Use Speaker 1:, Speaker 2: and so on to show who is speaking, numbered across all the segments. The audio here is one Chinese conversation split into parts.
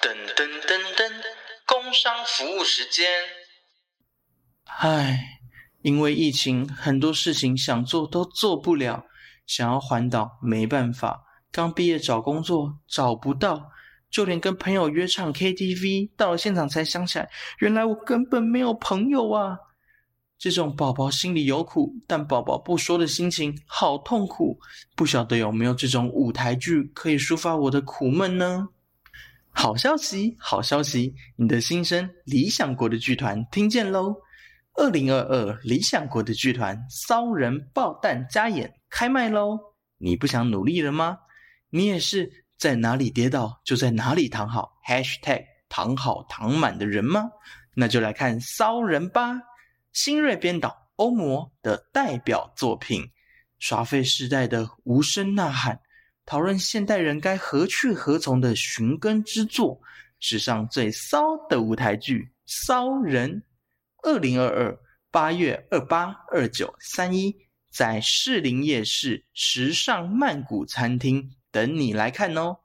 Speaker 1: 噔噔噔噔，工商服务时间。唉，因为疫情，很多事情想做都做不了，想要环岛没办法。刚毕业找工作找不到，就连跟朋友约唱 KTV，到了现场才想起来，原来我根本没有朋友啊！这种宝宝心里有苦，但宝宝不说的心情好痛苦。不晓得有没有这种舞台剧可以抒发我的苦闷呢？好消息，好消息！你的心声，理想国的剧团听见喽！二零二二理想国的剧团骚人爆弹加演开卖喽！你不想努力了吗？你也是在哪里跌倒就在哪里躺好，#hashtag 躺好躺满的人吗？那就来看骚人吧！新锐编导欧摩的代表作品，耍废时代的无声呐喊，讨论现代人该何去何从的寻根之作，史上最骚的舞台剧《骚人》，二零二二八月二八、二九、三一，在士林夜市时尚曼谷餐厅等你来看哦。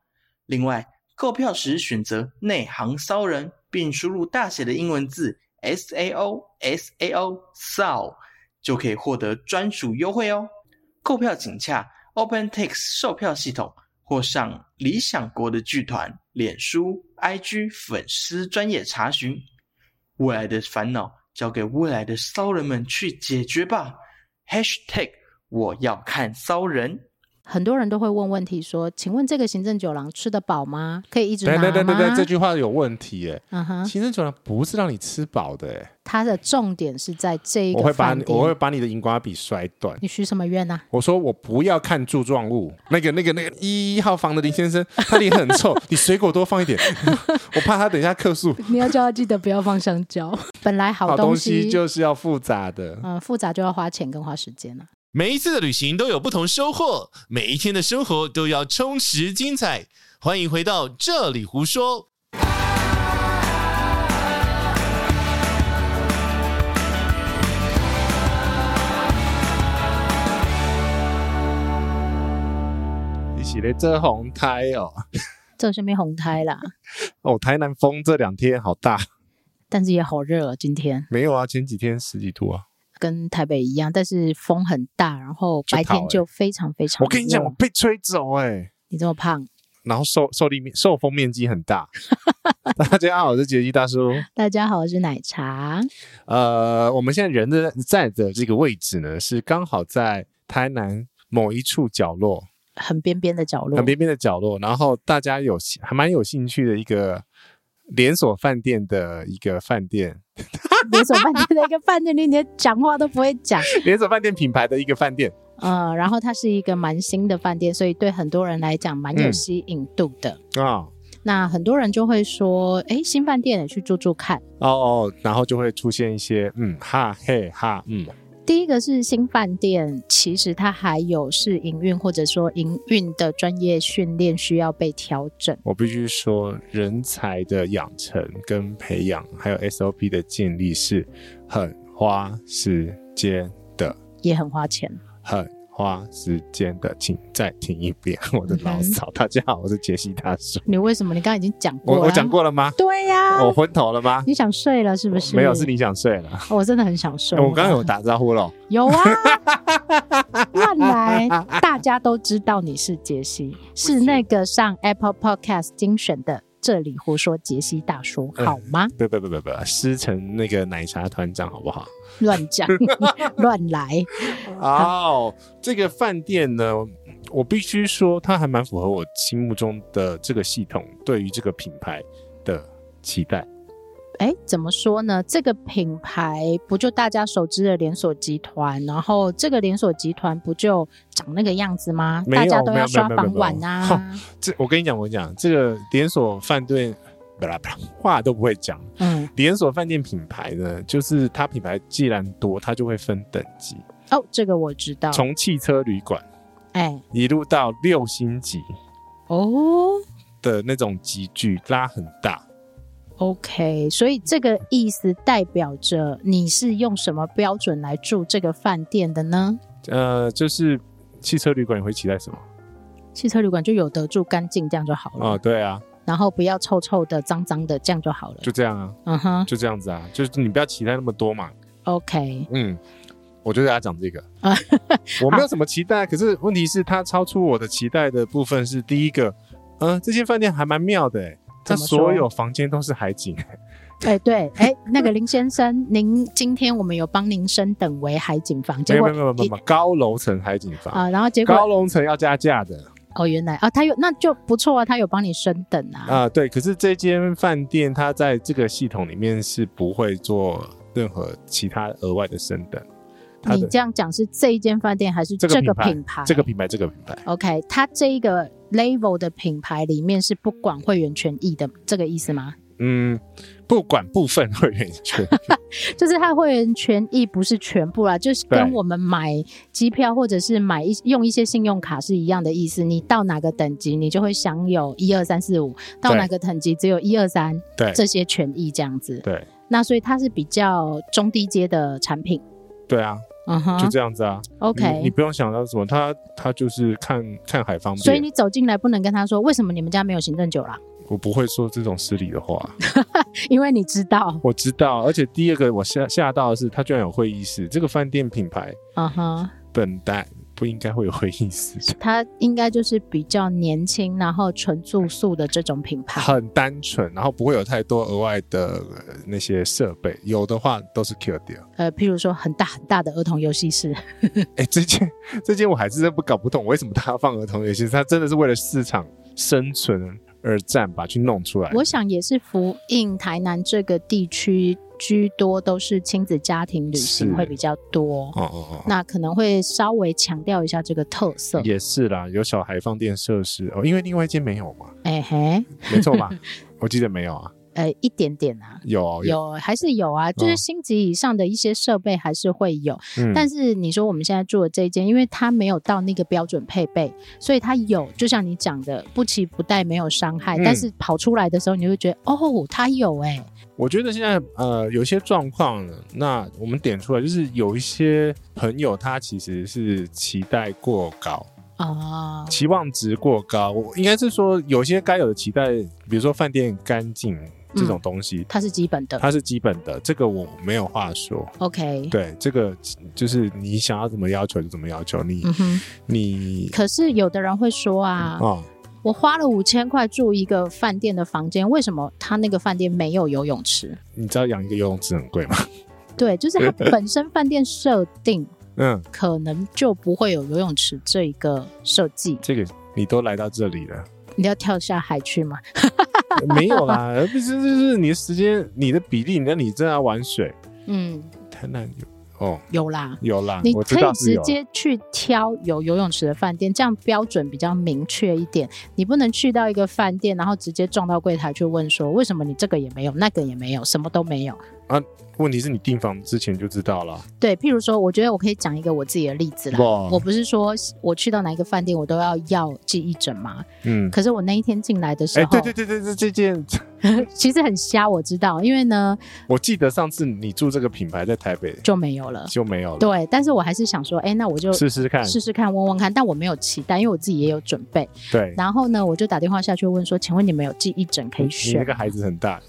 Speaker 1: 另外，购票时选择内行骚人，并输入大写的英文字。S A O S A O SAO 就可以获得专属优惠哦。购票请洽 OpenTix 售票系统或上理想国的剧团脸书、IG 粉丝专业查询。未来的烦恼交给未来的骚人们去解决吧。#hashtag 我要看骚人。
Speaker 2: 很多人都会问问题说：“请问这个行政酒廊吃得饱吗？可以一直拿
Speaker 3: 等
Speaker 2: 吗？”
Speaker 3: 等等等等，这句话有问题耶！
Speaker 2: 嗯哼，
Speaker 3: 行政酒廊不是让你吃饱的耶，
Speaker 2: 它的重点是在这一
Speaker 3: 我
Speaker 2: 个
Speaker 3: 会把
Speaker 2: 饭
Speaker 3: 你
Speaker 2: 店。
Speaker 3: 我会把你的荧光笔摔断。
Speaker 2: 你许什么愿呐、
Speaker 3: 我说我不要看柱状物，那个那个那个一号房的林先生，他脸很 臭，你水果多放一点， 我怕他等一下客诉。
Speaker 2: 你要叫他记得不要放香蕉。 本来好
Speaker 3: 好
Speaker 2: 东
Speaker 3: 东西就是要复杂的。
Speaker 2: 嗯、复杂就要花钱跟花时间了、
Speaker 4: 每一次的旅行都有不同收获，每一天的生活都要充实精彩。欢迎回到这里胡说。
Speaker 3: 你洗了遮红胎哦，
Speaker 2: 这下面红胎 啦，
Speaker 3: 哦，台南风这两天好大，
Speaker 2: 但是也好热、哦，今天
Speaker 3: 没有啊，前几天十几度啊。
Speaker 2: 跟台北一样，但是风很大，然后白
Speaker 3: 就跑
Speaker 2: 天
Speaker 3: 欸
Speaker 2: 就非常非常热。
Speaker 3: 我跟你讲，我被吹走哎、
Speaker 2: 你这么胖，
Speaker 3: 然后受受力面受风面积 很大。大家好，我是杰西大叔。
Speaker 2: 大家好，我是奶茶。
Speaker 3: 呃，我们现在人的在的这个位置呢，是刚好在台南某一处角落，
Speaker 2: 很边边的角落，
Speaker 3: 很边边的角落。然后大家有兴还蛮有兴趣的一个连锁饭店的一个饭店，
Speaker 2: 连锁饭店的一个饭店里，你连讲话都不会讲。
Speaker 3: 连锁饭店品牌的一个饭店。
Speaker 2: 呃，然后它是一个蛮新的饭店，所以对很多人来讲蛮有
Speaker 3: 嗯
Speaker 2: 吸引度的。
Speaker 3: 啊、
Speaker 2: 那很多人就会说，哎，新饭店也去住住看。
Speaker 3: 哦哦，然后就会出现一些嗯哈嘿哈嗯，
Speaker 2: 第一个是新饭店，其实它还有是营运或者说营运的专业训练需要被调整。
Speaker 3: 我必须说，人才的养成跟培养，还有 SOP 的建立是很花时间的，
Speaker 2: 也很花钱。
Speaker 3: 很花时间的，请再听一遍我的牢骚。大家好，我是杰西大叔。
Speaker 2: 你为什么？你刚刚已经讲过
Speaker 3: 我
Speaker 2: 了。
Speaker 3: 我讲。过了吗？
Speaker 2: 啊对呀、
Speaker 3: 我昏头了吗？
Speaker 2: 你想睡了是不是？
Speaker 3: 没有，是你想睡了。
Speaker 2: 哦。我真的很想睡。
Speaker 3: 我刚刚有打招呼了，
Speaker 2: 有 啊，乱来！大家都知道你是杰西，是那个上 Apple Podcast 精选的《这里胡说杰西大叔》，好 吗？
Speaker 3: 不不不不不，师承那个奶茶团长好不好？
Speaker 2: 乱讲， 乱来。
Speaker 3: 哦，这个饭店呢，我必须说，它还蛮符合我心目中的这个系统对于这个品牌的期待。
Speaker 2: 哎，怎么说呢？这个品牌不就大家熟知的连锁集团？然后这个连锁集团不就长那个样子吗？
Speaker 3: 没有
Speaker 2: 大家都
Speaker 3: 没有没有
Speaker 2: 要刷
Speaker 3: 没有
Speaker 2: 房碗
Speaker 3: 没有
Speaker 2: 啊。
Speaker 3: 这我跟你讲，我跟你讲，这个连锁饭店，巴拉巴拉话都不会讲。
Speaker 2: 嗯，
Speaker 3: 连锁饭店品牌呢，就是它品牌既然多，它就会分等级，
Speaker 2: 哦，这个我知道。
Speaker 3: 从汽车旅馆
Speaker 2: 哎，
Speaker 3: 一路到六星级
Speaker 2: 哦。
Speaker 3: 的那种集聚，拉很大。
Speaker 2: OK，所以这个意思代表着你是用什么标准来住这个饭店的呢？
Speaker 3: 呃，就是汽车旅馆你会期待什么？
Speaker 2: 汽车旅馆就有得住干净，这样就好了。
Speaker 3: 哦，对啊，
Speaker 2: 然后不要臭臭的、脏脏的，这样就好了。
Speaker 3: 就这样啊，
Speaker 2: 嗯哼
Speaker 3: 就这样子啊，就是你不要期待那么多嘛。
Speaker 2: ，OK，
Speaker 3: 嗯，我就给他讲这个
Speaker 2: 啊
Speaker 3: 我没有什么期待，可是问题是，它超出我的期待的部分是第一个，嗯、这间饭店还蛮妙的、欸，它
Speaker 2: 怎么
Speaker 3: 所
Speaker 2: 说
Speaker 3: 有房间都是海景、
Speaker 2: 哎、对，哎、那个林先生，您今天我们有帮您升等为海景房，
Speaker 3: 没
Speaker 2: 结
Speaker 3: 有
Speaker 2: 果
Speaker 3: 没有没有没有没有高楼层海景房，
Speaker 2: 啊、然后结
Speaker 3: 高
Speaker 2: 果
Speaker 3: 楼层要加价的
Speaker 2: 哦，原来啊，他有那就不错啊，他有帮你升等啊，
Speaker 3: 啊、对。可是这间饭店它在这个系统里面是不会做任何其他额外的升等，它
Speaker 2: 你
Speaker 3: 的
Speaker 2: 这样讲是这一间饭店还是
Speaker 3: 这个
Speaker 2: 这个
Speaker 3: 品牌
Speaker 2: 品牌？
Speaker 3: 这个品牌这个品牌
Speaker 2: OK，它这一个 level 的品牌里面是不管会员权益的，这个意思吗？
Speaker 3: 嗯，不管部分会员 权，
Speaker 2: 就是它会员权益不是全部啦，就是跟
Speaker 3: 对
Speaker 2: 我们买机票或者是买一用一些信用卡是一样的意思。你到哪个等级，你就会享有一二三四五；到
Speaker 3: 对
Speaker 2: 哪个等级，只有一二三
Speaker 3: 对
Speaker 2: 这些权益这样子。
Speaker 3: 对
Speaker 2: 那所以它是比较中低阶的产品。
Speaker 3: 对啊，
Speaker 2: 嗯
Speaker 3: 就
Speaker 2: 哼
Speaker 3: 这样子啊。你你
Speaker 2: ，OK。
Speaker 3: 不用想到什么，他他就是看看海方便。
Speaker 2: 所以你走进来不能跟他说为什么你们家没有行政酒啦，
Speaker 3: 我不会说这种失礼的话，
Speaker 2: 因为你知道。
Speaker 3: 我知道。而且第二个我吓吓到的是，他居然有会议室。这个饭店品牌
Speaker 2: 嗯哼。
Speaker 3: 本来不应该会有会议室，
Speaker 2: 它应该就是比较年轻，然后纯住宿的这种品牌。
Speaker 3: 很单纯，然后不会有太多额外的、呃那些设备，有的话都是 Q 掉。
Speaker 2: 呃，譬如说很大很大的儿童游戏 室，
Speaker 3: 哎，这 件这件我还是真不搞不懂，为什么他要放儿童游戏？他真的是为了市场生存而战吧，去弄出来。
Speaker 2: 我想也是福映台南这个地区居多都是亲子家庭旅行
Speaker 3: 是
Speaker 2: 会比较多，
Speaker 3: 哦哦哦，
Speaker 2: 那可能会稍微强调一下这个特色。
Speaker 3: 也是啦，有小孩放电设施哦，因为另外一间没有嘛。
Speaker 2: 哎、嘿，
Speaker 3: 没 错吧？我记得没有啊，
Speaker 2: 呃，一点点啊。
Speaker 3: 有
Speaker 2: 有还是有啊，
Speaker 3: 哦
Speaker 2: 就是星级以上的一些设备还是会有，
Speaker 3: 嗯
Speaker 2: 但是你说我们现在住的这一间，因为它没有到那个标准配备，所以它有，就像你讲的，不期不待，没有伤害。
Speaker 3: 嗯
Speaker 2: 但是跑出来的时候，你会觉得哦，它有哎、
Speaker 3: 我觉得现在呃有一些状况呢，那我们点出来就是有一些朋友他其实是期待过高，
Speaker 2: 啊、
Speaker 3: 期望值过高，我应该是说有些该有的期待，比如说饭店干净这种
Speaker 2: 嗯
Speaker 3: 东西，
Speaker 2: 它是基本的。
Speaker 3: 它是基本的，这个我没有话说。
Speaker 2: 哎 OK，
Speaker 3: 对，这个就是你想要怎么要求就怎么要求，你、
Speaker 2: 嗯哼。
Speaker 3: 你
Speaker 2: 可是有的人会说啊，
Speaker 3: 哦，
Speaker 2: 我花了五千块住一个饭店的房间，为什么他那个饭店没有游泳池？
Speaker 3: 你知道养一个游泳池很贵吗？
Speaker 2: 对，就是它本身饭店设定
Speaker 3: 嗯，
Speaker 2: 可能就不会有游泳池这一个设计。
Speaker 3: 这个你都来到这里 了。
Speaker 2: 你要跳下海去吗？
Speaker 3: 没有啦，而不是就是你的时间、你的比例，那你正在玩水，
Speaker 2: 嗯，
Speaker 3: 台南有哦，
Speaker 2: 有啦。
Speaker 3: 有啦
Speaker 2: 你，
Speaker 3: 我知
Speaker 2: 可以
Speaker 3: 道是
Speaker 2: 直
Speaker 3: 有。
Speaker 2: 接去挑有游泳池的饭店，这样标准比较明确一点。你不能去到一个饭店，然后直接撞到柜台去问说为什么你这个也没有，那个也没有，什么都没有。
Speaker 3: 问题是你订房之前就知道了，
Speaker 2: 对，譬如说，我觉得我可以讲一个我自己的例子啦。
Speaker 3: 哇
Speaker 2: 我不是说我去到哪一个饭店，我都要要记忆枕嘛。
Speaker 3: 嗯，
Speaker 2: 可是我那一天进来的时
Speaker 3: 哎，
Speaker 2: 候，
Speaker 3: 对对对对对，这件
Speaker 2: 其实很瞎，我知道，因为呢
Speaker 3: 我记得上次你住这个品牌在台北
Speaker 2: 就没有了。
Speaker 3: 就没有了，
Speaker 2: 对，但是我还是想说，哎，那我就
Speaker 3: 试试看，
Speaker 2: 试试看，问问看。但我没有期待，因为我自己也有准备。
Speaker 3: 对，嗯
Speaker 2: 然后呢，我就打电话下去问说：“请问你们有记忆枕可以
Speaker 3: 你那
Speaker 2: 选
Speaker 3: 个孩子很大，？”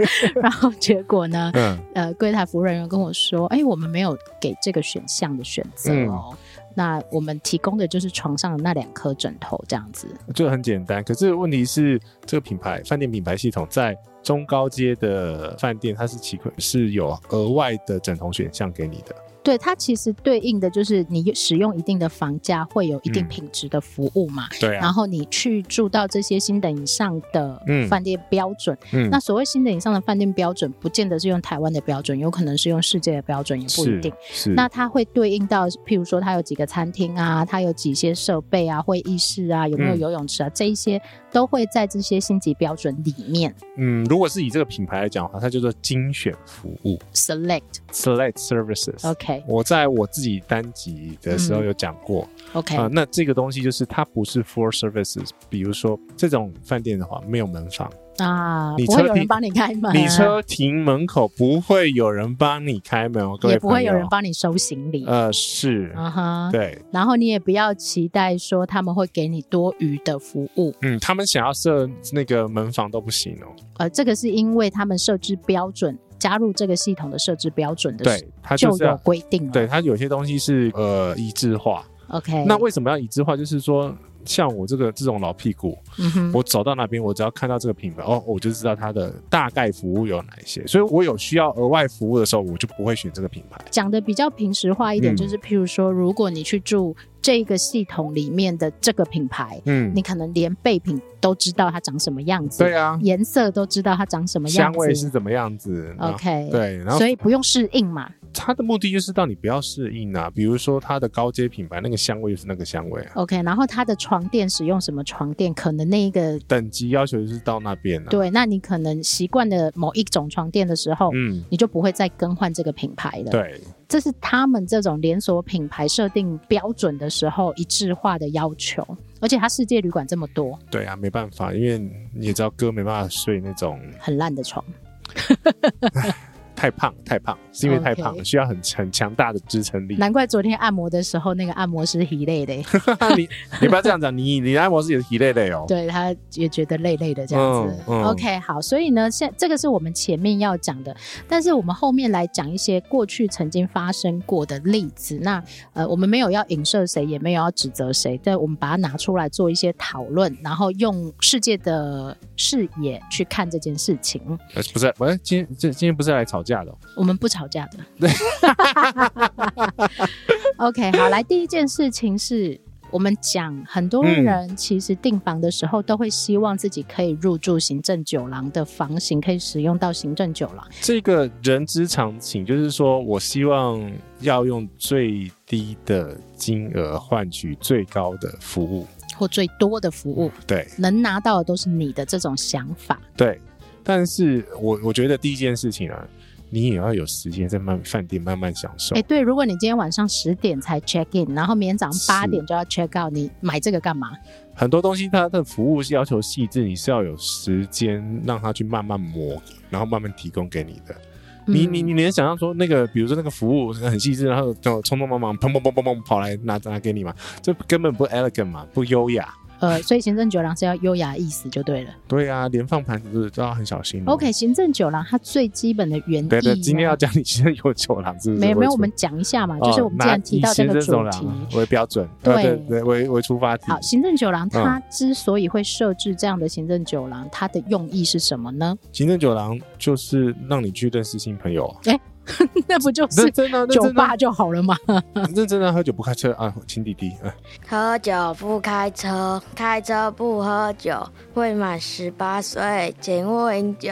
Speaker 2: 然后结果呢，
Speaker 3: 嗯，
Speaker 2: 呃，柜台服务人员跟我说：“哎，我们没有给这个选项的选择哦。
Speaker 3: 嗯
Speaker 2: 那我们提供的就是床上的那两颗枕头这样子。
Speaker 3: 就很简单。可是问题是，这个品牌饭店品牌系统在中高阶的饭店，它是奇怪是有额外的枕头选项给你的，
Speaker 2: 对，它其实对应的就是你使用一定的房价，会有一定
Speaker 3: 嗯
Speaker 2: 品质的服务嘛。
Speaker 3: 对啊
Speaker 2: 然，后你去住到这些星等以上的
Speaker 3: 嗯
Speaker 2: 饭店标准，
Speaker 3: 嗯
Speaker 2: 那，所谓星等以上的饭店标准，不见得是用台湾的标准，有可能是用世界的标准，也不一
Speaker 3: 是
Speaker 2: 定。
Speaker 3: 是
Speaker 2: 那它会对应到，譬如说它有几个餐厅啊，它有几些设备啊，会议室啊，有没有
Speaker 3: 嗯
Speaker 2: 游泳池啊，这一些都会在这些星级标准里面
Speaker 3: 嗯，如果是以这个品牌来讲的话，它叫做精选服务
Speaker 2: select。
Speaker 3: （Select Services）。
Speaker 2: OK，
Speaker 3: 我在我自己单集的时候
Speaker 2: 嗯
Speaker 3: 有讲过，
Speaker 2: OK，
Speaker 3: 啊、那这个东西就是它不是 for services，比如说这种饭店的话，没有门房，
Speaker 2: 啊，
Speaker 3: 你
Speaker 2: 不会
Speaker 3: 车
Speaker 2: 有人
Speaker 3: 停
Speaker 2: 帮你开门，
Speaker 3: 你车停门口不会有人帮你开门哦，各位
Speaker 2: 也不会有
Speaker 3: 朋友
Speaker 2: 人帮你收行李，
Speaker 3: 呃，是，
Speaker 2: 嗯哼，
Speaker 3: 对，
Speaker 2: 然后你也不要期待说他们会给你多余的服务，
Speaker 3: 嗯，他们想要设那个门房都不行哦，
Speaker 2: 呃，这个是因为他们设置标准，加入这个系统的设置标准的时
Speaker 3: 对，他
Speaker 2: 就
Speaker 3: 就是
Speaker 2: 有
Speaker 3: 要，
Speaker 2: 规定了。
Speaker 3: 对他有些东西是呃一致化，
Speaker 2: ，OK，
Speaker 3: 那为什么要一致化？就是说，像我这个这种老屁股，
Speaker 2: 嗯哼，
Speaker 3: 我走到那边，我只要看到这个品牌，哦，我就知道它的大概服务有哪一些，所以我有需要额外服务的时候，我就不会选这个品牌。
Speaker 2: 讲的比较平实化一点，
Speaker 3: 嗯
Speaker 2: 就是譬如说，如果你去住这个系统里面的这个品牌，
Speaker 3: 嗯
Speaker 2: 你，可能连备品都知道它长什么样子，
Speaker 3: 对啊，
Speaker 2: 颜色都知道它长什么
Speaker 3: 香
Speaker 2: 样
Speaker 3: 味是
Speaker 2: 子
Speaker 3: 怎么样子然后
Speaker 2: ，OK，，
Speaker 3: 对，然后
Speaker 2: 所以不用适应嘛，
Speaker 3: 它的目的就是让你不要适应啊，比如说它的高阶品牌那个香味就是那个香味啊，
Speaker 2: OK，然后它的床垫使用什么床垫，可能那一个
Speaker 3: 等级要求就是到那边了、啊。
Speaker 2: 对，那你可能习惯了某一种床垫的时候，
Speaker 3: 嗯，
Speaker 2: 你就不会再更换这个品牌了。，
Speaker 3: 对，
Speaker 2: 这是他们这种连锁品牌设定标准的时候一致化的要求，而且它世界旅馆这么多，
Speaker 3: 对啊，没办法，因为你也知道哥没办法睡那种
Speaker 2: 很烂的床。
Speaker 3: 太胖，太胖是因为太胖
Speaker 2: OK
Speaker 3: 了，需要很很强大的支撑力。
Speaker 2: 难怪昨天按摩的时候，那个按摩师疲 累累，
Speaker 3: 你你不要这样讲，你你的按摩师也是疲累累哦。
Speaker 2: 对，他也觉得累累的这样子。
Speaker 3: 嗯嗯
Speaker 2: OK，好，所以呢，现这个是我们前面要讲的，但是我们后面来讲一些过去曾经发生过的例子。那呃，我们没有要影射谁，也没有要指责谁，但我们把它拿出来做一些讨论，然后用世界的视野去看这件事情。
Speaker 3: 呃不是，我今天这今天不是来吵架的哦、
Speaker 2: 我们不吵架的。OK，好，来第一件事情是。我们讲，很多
Speaker 3: 嗯
Speaker 2: 人其实订房的时候都会希望自己可以入住行政酒廊的房型，可以使用到行政酒廊。
Speaker 3: 这个人之常情，就是说我希望要用最低的金额换取最高的服务。
Speaker 2: 或最多的服务，
Speaker 3: 对
Speaker 2: 能拿到的都是你的这种想法。
Speaker 3: 对，但是我我觉得第一件事情啊，你也要有时间在慢饭店慢慢享受
Speaker 2: 哎、。对，如果你今天晚上十点才 check in，然后明天早上八
Speaker 3: 是
Speaker 2: 点就要 check out，你买这个干嘛？
Speaker 3: 很多东西它的服务是要求细致，你是要有时间让它去慢慢磨，然后慢慢提供给你的。你你
Speaker 2: 嗯
Speaker 3: 你连想象说那个，比如说那个服务很细致，然后就匆匆忙忙砰砰砰砰砰跑来拿拿给你嘛，这根本不 elegant 嘛，不优雅。
Speaker 2: 呃，所以行政酒廊是要优雅意思就对了。
Speaker 3: 对啊，连放盘子都都要很小心哦。
Speaker 2: OK，行政酒廊它最基本的原意
Speaker 3: 对对，今天
Speaker 2: 呢
Speaker 3: 要讲你现在有酒廊是不是？
Speaker 2: 没有没有，
Speaker 3: 为
Speaker 2: 我
Speaker 3: 哦
Speaker 2: 们讲一下嘛，就是我们既
Speaker 3: 既
Speaker 2: 然提到这个主题。
Speaker 3: 廊啊为标准，呃
Speaker 2: 对
Speaker 3: 对对，为为出发题。
Speaker 2: 好，行政酒廊它
Speaker 3: 嗯
Speaker 2: 之所以会设置这样的行政酒廊，它的用意是什么呢？
Speaker 3: 行政酒廊就是让你去认识新朋友啊，
Speaker 2: 那不就
Speaker 3: 认
Speaker 2: 是
Speaker 3: 真啊的，认
Speaker 2: 酒
Speaker 3: 真
Speaker 2: 吧
Speaker 3: 的，
Speaker 2: 就好了嘛？
Speaker 3: 认真的喝酒不开车 啊，请弟弟啊，
Speaker 5: 喝酒不开车，开车不喝酒，未满十八岁请勿饮酒。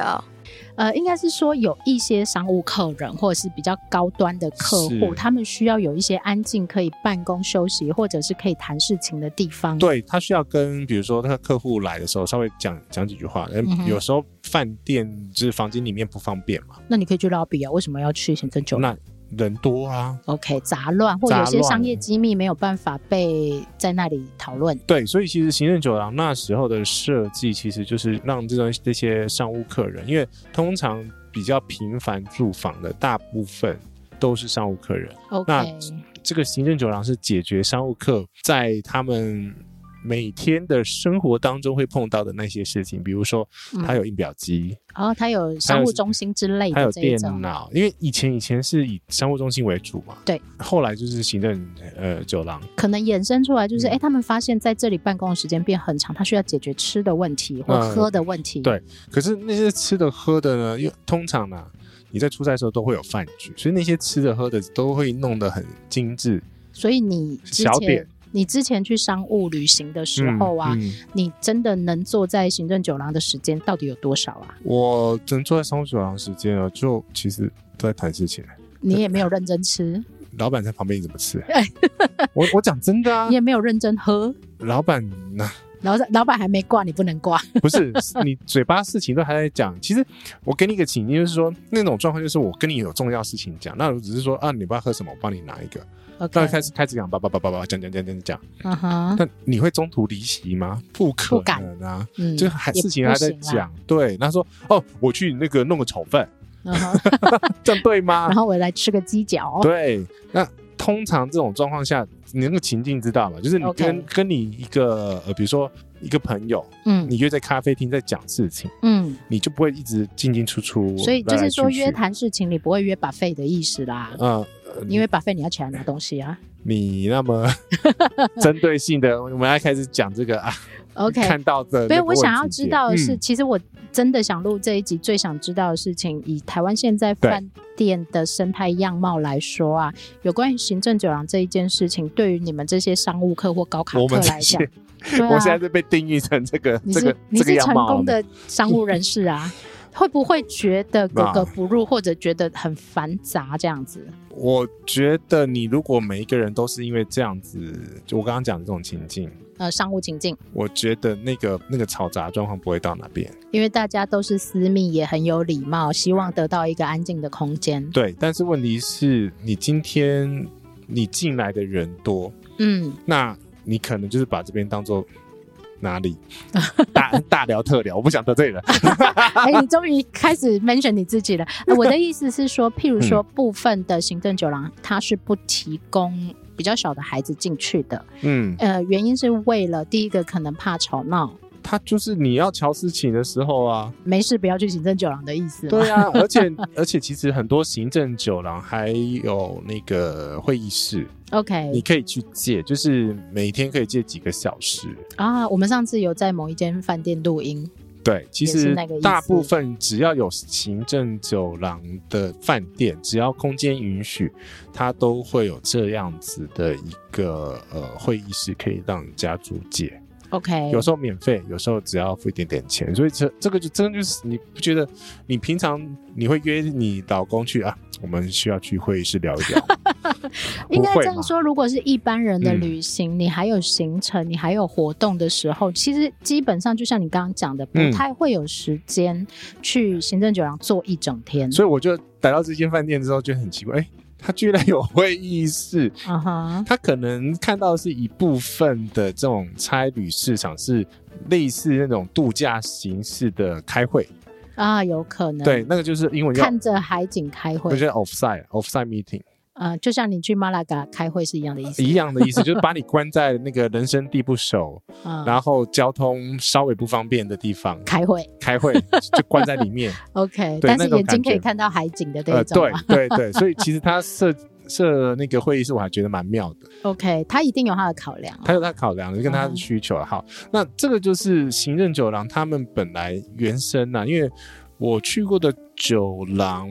Speaker 2: 呃，应该是说有一些商务客人或者是比较高端的客户，
Speaker 3: 是
Speaker 2: 他们需要有一些安静可以办公休息，或者是可以谈事情的地方。
Speaker 3: 对他需要跟，比如说他客户来的时候，稍微讲讲几句话。嗯
Speaker 2: 嗯哼，
Speaker 3: 有时候饭店就是房间里面不方便嘛，
Speaker 2: 那你可以去 lobby 啊，为什么要去行政酒廊
Speaker 3: 那人多啊，
Speaker 2: ？OK，杂乱或有
Speaker 3: 杂
Speaker 2: 些
Speaker 3: 乱
Speaker 2: 商业机密没有办法被在那里讨论。
Speaker 3: 对，所以其实行政酒廊那时候的设计，其实就是让这种这些商务客人，因为通常比较频繁住房的大部分都是商务客人，
Speaker 2: OK，
Speaker 3: 这个行政酒廊是解决商务客在他们。每天的生活当中会碰到的那些事情，比如说他
Speaker 2: 嗯
Speaker 3: 有印表机，
Speaker 2: 然后它有商务中心之类
Speaker 3: 还
Speaker 2: 的
Speaker 3: 有
Speaker 2: 这一
Speaker 3: 电啊
Speaker 2: 种，
Speaker 3: 脑，因为以前以前是以商务中心为主嘛，
Speaker 2: 对，
Speaker 3: 后来就是行政呃酒廊，
Speaker 2: 可能衍生出来就是，
Speaker 3: 嗯
Speaker 2: 哎、他们发现在这里办公的时间变很长，他需要解决吃的问题或
Speaker 3: 嗯
Speaker 2: 喝的问题。
Speaker 3: 对可是那些吃的喝的呢，又通常呢、你在出差的时候都会有饭局，所以那些吃的喝的都会弄得很精致。
Speaker 2: 所以你之
Speaker 3: 小
Speaker 2: 前
Speaker 3: 点
Speaker 2: 你之前去商务旅行的时候啊，
Speaker 3: 嗯嗯
Speaker 2: 你真的能坐在行政酒廊的时间到底有多少啊？
Speaker 3: 我只能坐在商务酒廊时间哦，就其实都在谈事情，
Speaker 2: 你也没有认真吃，
Speaker 3: 老板在旁边你怎么吃？我我讲真的啊
Speaker 2: 你，也没有认真喝，
Speaker 3: 老板呢、
Speaker 2: 老板老板还没挂，你不能挂。
Speaker 3: 不是你嘴巴事情都还在讲。其实我给你一个情境，就是说那种状况，就是我跟你有重要事情讲，那我只是说啊，你不知道喝什么，我帮你拿一个。那
Speaker 2: OK，
Speaker 3: 开始开始讲，叭叭叭叭叭，讲讲讲讲讲。
Speaker 2: 嗯哼，
Speaker 3: 那你会中途离席吗？不可能啊，
Speaker 2: 嗯，
Speaker 3: 就还
Speaker 2: 也
Speaker 3: 事情
Speaker 2: 不
Speaker 3: 还在
Speaker 2: 行啊啦，
Speaker 3: 讲。对，他说哦，我去那个弄个炒 饭，
Speaker 2: 嗯 哼
Speaker 3: 这样对吗
Speaker 2: 然？后我来吃个鸡脚。
Speaker 3: 对，那通常这种状况下，你那个情境知道吧？就是你跟
Speaker 2: OK
Speaker 3: 跟你一个呃，比如说一个朋友，
Speaker 2: 嗯
Speaker 3: 你约在咖啡厅在讲事情，
Speaker 2: 嗯，
Speaker 3: 你就不会一直进进出出，
Speaker 2: 所以就
Speaker 3: 来来
Speaker 2: 是
Speaker 3: 去
Speaker 2: 说
Speaker 3: 去
Speaker 2: 约，谈事情，你不会约把费的意思啦，
Speaker 3: 呃，
Speaker 2: 因为把费你要起来拿东西啊。
Speaker 3: 你 那么针对性的，我们要开始讲这个啊
Speaker 2: OK，
Speaker 3: 看到的
Speaker 2: 所以
Speaker 3: 那个问题点，
Speaker 2: 我想要知道的是，
Speaker 3: 嗯
Speaker 2: 其实我真的想录这一集，最想知道的事情，以台湾现在饭店的生态样貌来说啊，有关于行政酒廊这一件事情，对于你们这些商务客或高卡
Speaker 3: 我
Speaker 2: 客
Speaker 3: 们
Speaker 2: 来
Speaker 3: 这
Speaker 2: 讲
Speaker 3: 些，，
Speaker 2: 对
Speaker 3: 我现在
Speaker 2: 啊，
Speaker 3: 是被定义成这个
Speaker 2: 你
Speaker 3: 这
Speaker 2: 是、
Speaker 3: 个
Speaker 2: 你
Speaker 3: 这个
Speaker 2: 是
Speaker 3: 样
Speaker 2: 成
Speaker 3: 貌了
Speaker 2: 功的商务人士 啊，会不会觉得格格
Speaker 3: 啊
Speaker 2: 不入，或者觉得很繁杂这样子？
Speaker 3: 我觉得你如果每一个人都是因为这样子，就我刚刚讲的这种情境，
Speaker 2: 呃，商务情境，
Speaker 3: 我觉得那个那个嘈杂状况不会到哪边。
Speaker 2: 因为大家都是私密，也很有礼貌，希望得到一个安静的空间。
Speaker 3: 对，但是问题是你今天你进来的人多，
Speaker 2: 嗯，
Speaker 3: 那你可能就是把这边当做哪 里大大聊特聊，我不想得罪人。
Speaker 2: 哎、你终于开始 mention 你自己了。呃我的意思是说，譬如说，
Speaker 3: 嗯
Speaker 2: 部分的行政酒廊它是不提供比较小的孩子进去的，
Speaker 3: 嗯，
Speaker 2: 呃，原因是为了第一个可能怕吵闹，
Speaker 3: 他就是你要瞧事情的时候啊，
Speaker 2: 没事不要去行政酒廊的意思嘛。
Speaker 3: 对啊，而且而且其实很多行政酒廊还有那个会议室，你
Speaker 2: OK
Speaker 3: 可以去借，就是每天可以借几个小时。
Speaker 2: 啊，我们上次有在某一间饭店录音，
Speaker 3: 对，其
Speaker 2: 也是
Speaker 3: 实
Speaker 2: 那个意思
Speaker 3: 大部分只要有行政酒廊的饭店，只要空间允许，它都会有这样子的一个呃会议室可以让人家租借。
Speaker 2: OK，
Speaker 3: 有时候免费，有时候只要付一点点钱，所以这这个就真的就是你不觉得你平常你会约你老公去啊？我们需要去会议室聊一聊，
Speaker 2: 应该
Speaker 3: 不会
Speaker 2: 这样
Speaker 3: 嘛
Speaker 2: 说，如果是一般人的
Speaker 3: 嗯
Speaker 2: 旅行，你还有行程，你还有活动的时候，其实基本上就像你刚刚讲的，不
Speaker 3: 嗯
Speaker 2: 太会有时间去行政酒廊坐一整天。
Speaker 3: 所以我就来到这间饭店之后，就很奇怪，哎、他居然有会议室，
Speaker 2: 嗯哼，
Speaker 3: 他可能看到的是一部分的这种差旅市场是类似那种度假形式的开会，
Speaker 2: 啊，有可能
Speaker 3: 对，那个就是英文叫
Speaker 2: 看着海景开
Speaker 3: 我
Speaker 2: 会，
Speaker 3: 觉得 offside offside meeting
Speaker 2: 呃，就像你去马拉嘎开会是一样的意思。
Speaker 3: 一样的意思，就是把你关在那个人生地不熟，
Speaker 2: 嗯，
Speaker 3: 呃然后交通稍微不方便的地方
Speaker 2: 开会
Speaker 3: 开会，就关在里面。
Speaker 2: ，OK，
Speaker 3: 对
Speaker 2: 但
Speaker 3: 那
Speaker 2: 是
Speaker 3: 种
Speaker 2: 眼睛可以
Speaker 3: 感觉
Speaker 2: 看到海景的那
Speaker 3: 呃，
Speaker 2: 一种
Speaker 3: 对
Speaker 2: 嘛。
Speaker 3: 对对，所以其实他设设那个会议室，我还觉得蛮妙
Speaker 2: 哦
Speaker 3: 的。
Speaker 2: OK，他一定有他的考量。
Speaker 3: 他有他考量，就跟他的需求
Speaker 2: 嗯
Speaker 3: 好。那这个就是行政酒廊，他们本来原生呐、因为我去过的酒廊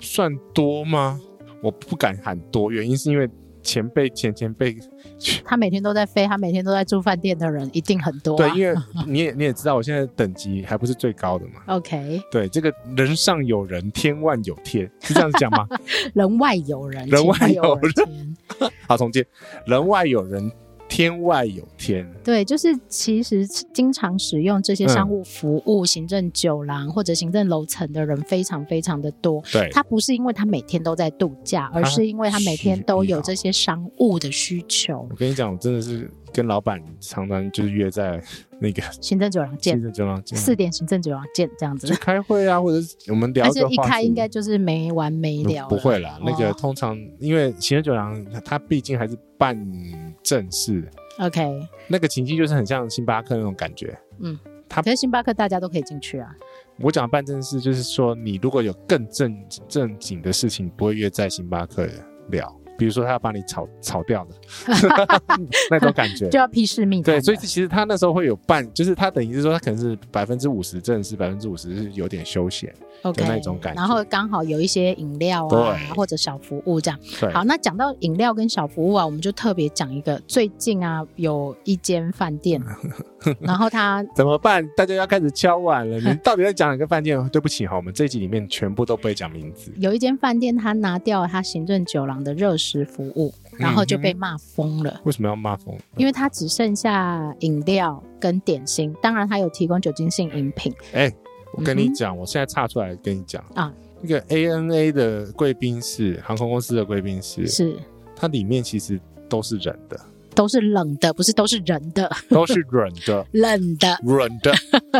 Speaker 3: 算多吗？我不敢喊多，原因是因为前辈前前辈，
Speaker 2: 他每天都在飞，他每天都在住饭店的人一定很多啊、
Speaker 3: 对，因为你也 你也知道，我现在等级还不是最高的嘛。
Speaker 2: 啊 OK，
Speaker 3: 对，这个人上有人，天外有天，是这样子讲吗？
Speaker 2: 人外有人，
Speaker 3: 人外
Speaker 2: 情有
Speaker 3: 有人
Speaker 2: 天
Speaker 3: 好，总结，人外有人，天外有天。
Speaker 2: 对，就是其实经常使用
Speaker 3: 嗯
Speaker 2: 这些商务服务、行政酒廊或者行政楼层的人非常非常的多。
Speaker 3: 对，啊
Speaker 2: 他不是因为他每天都在度假，而
Speaker 3: 他
Speaker 2: 是因为他每天都有
Speaker 3: 需要
Speaker 2: 这些商务的需求
Speaker 3: 我。跟你讲，我真的是跟老板常常就是约在那个
Speaker 2: 行政酒廊
Speaker 3: 行
Speaker 2: 见，
Speaker 3: 政酒廊见
Speaker 2: 四点行政酒廊见这样
Speaker 3: 就
Speaker 2: 子。
Speaker 3: 开会啊，或者是我们聊
Speaker 2: 但
Speaker 3: 这
Speaker 2: 是
Speaker 3: 个
Speaker 2: 一
Speaker 3: 话
Speaker 2: 开
Speaker 3: 题嗯
Speaker 2: 应该就是没完没了了
Speaker 3: 不会啦。那个
Speaker 2: 哦
Speaker 3: 通常因为行政酒廊它它毕竟还是半正式，
Speaker 2: OK，
Speaker 3: 那个情境就是很像星巴克那种感觉。他
Speaker 2: 可是星巴克大家都可以进去啊。
Speaker 3: 我讲半正式就是说，你如果有更正正经的事情，不会约在星巴克聊，比如说他要把你炒炒掉的 那种感觉
Speaker 2: 就。要批示命
Speaker 3: 对，
Speaker 2: 案
Speaker 3: 所以
Speaker 2: 了
Speaker 3: 其实他那时候会有半，就是他等于是说，他可能是百分之五十正式，百分之五十是有点休闲。
Speaker 2: OK
Speaker 3: 就那种感觉
Speaker 2: 然后刚好有一些饮料啊，
Speaker 3: 对
Speaker 2: 或者小服务这样。
Speaker 3: 对，
Speaker 2: 好，那讲到饮料跟小服务啊，我们就特别讲一个，最近啊有一间饭店，然后他
Speaker 3: 怎么办？大家要开始敲碗了。你到底在讲哪个饭店？对不起哈，我们这一集里面全部都不会讲名字。
Speaker 2: 有一间饭店，他拿掉了他行政酒廊的热食服务，然后就被骂疯了。
Speaker 3: 为什么要骂疯？
Speaker 2: 因为他只剩下饮料跟点心，当然他有提供酒精性饮品，
Speaker 3: 哎、我跟你
Speaker 2: 嗯哼
Speaker 3: 讲，我现在岔出来跟你讲
Speaker 2: 啊，
Speaker 3: 那个 ANA 的贵宾室，航空公司的贵宾室，
Speaker 2: 是
Speaker 3: 它里面其实都是人的，
Speaker 2: 都是冷的，不是都是人的，
Speaker 3: 都是软的，
Speaker 2: 冷的、
Speaker 3: 软的，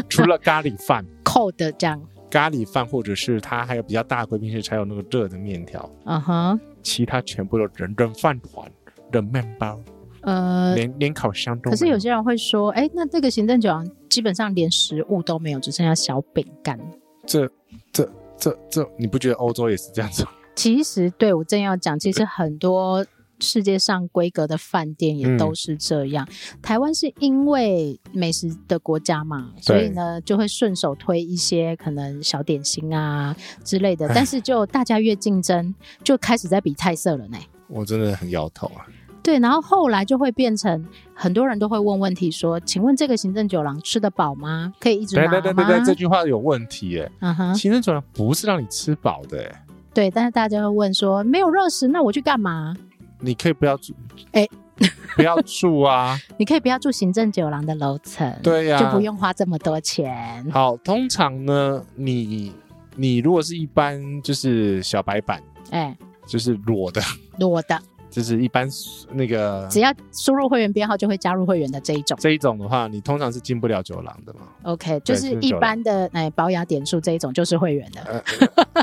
Speaker 3: 除了咖喱饭。
Speaker 2: 扣的这样。
Speaker 3: 咖喱饭，或者是它还有比较大的贵宾室才有那个热的面条，
Speaker 2: 嗯哼，
Speaker 3: 其他全部都人人饭团、人面包，
Speaker 2: 呃，
Speaker 3: 连连烤箱都没。
Speaker 2: 可是有些人会说，哎、那这个行政酒廊基本上连食物都没有，只剩下小饼干。
Speaker 3: 这这这这，你不觉得欧洲也是这样子吗？
Speaker 2: 其实对我正要讲，其实很多世界上规格的饭店也
Speaker 3: 嗯
Speaker 2: 都是这样。台湾是因为美食的国家嘛，所以呢就会顺手推一些可能小点心啊之类的。但是就大家越竞争，就开始在比菜色了呢。
Speaker 3: 我真的很摇头啊！
Speaker 2: 对，然后后来就会变成很多人都会问问题说：“请问这个行政酒廊吃得饱吗？可以一直拿
Speaker 3: 对
Speaker 2: 吗？”啊
Speaker 3: 对对对对，这句话有问题耶、
Speaker 2: 嗯哼，
Speaker 3: 行政酒廊不是让你吃饱的耶、
Speaker 2: 对，但是大家会问说：“没有热食，那我去干嘛？
Speaker 3: 你可以不要住，
Speaker 2: 哎
Speaker 3: 不要住 啊！
Speaker 2: 你可以不要住行政酒廊的楼层，
Speaker 3: 对啊呀
Speaker 2: 就不用花这么多钱。
Speaker 3: 好，通常呢，你你如果是一般就是小白板，
Speaker 2: 哎，
Speaker 3: 就是裸的，
Speaker 2: 裸的，
Speaker 3: 就是一般那个
Speaker 2: 只要输入会员编号就会加入会员的这一种。
Speaker 3: 这一种的话，你通常是进不了酒廊的嘛。
Speaker 2: OK，就是
Speaker 3: 行政
Speaker 2: 一
Speaker 3: 酒廊
Speaker 2: 般的哎保养点数这一种就是会员的。
Speaker 3: 呃，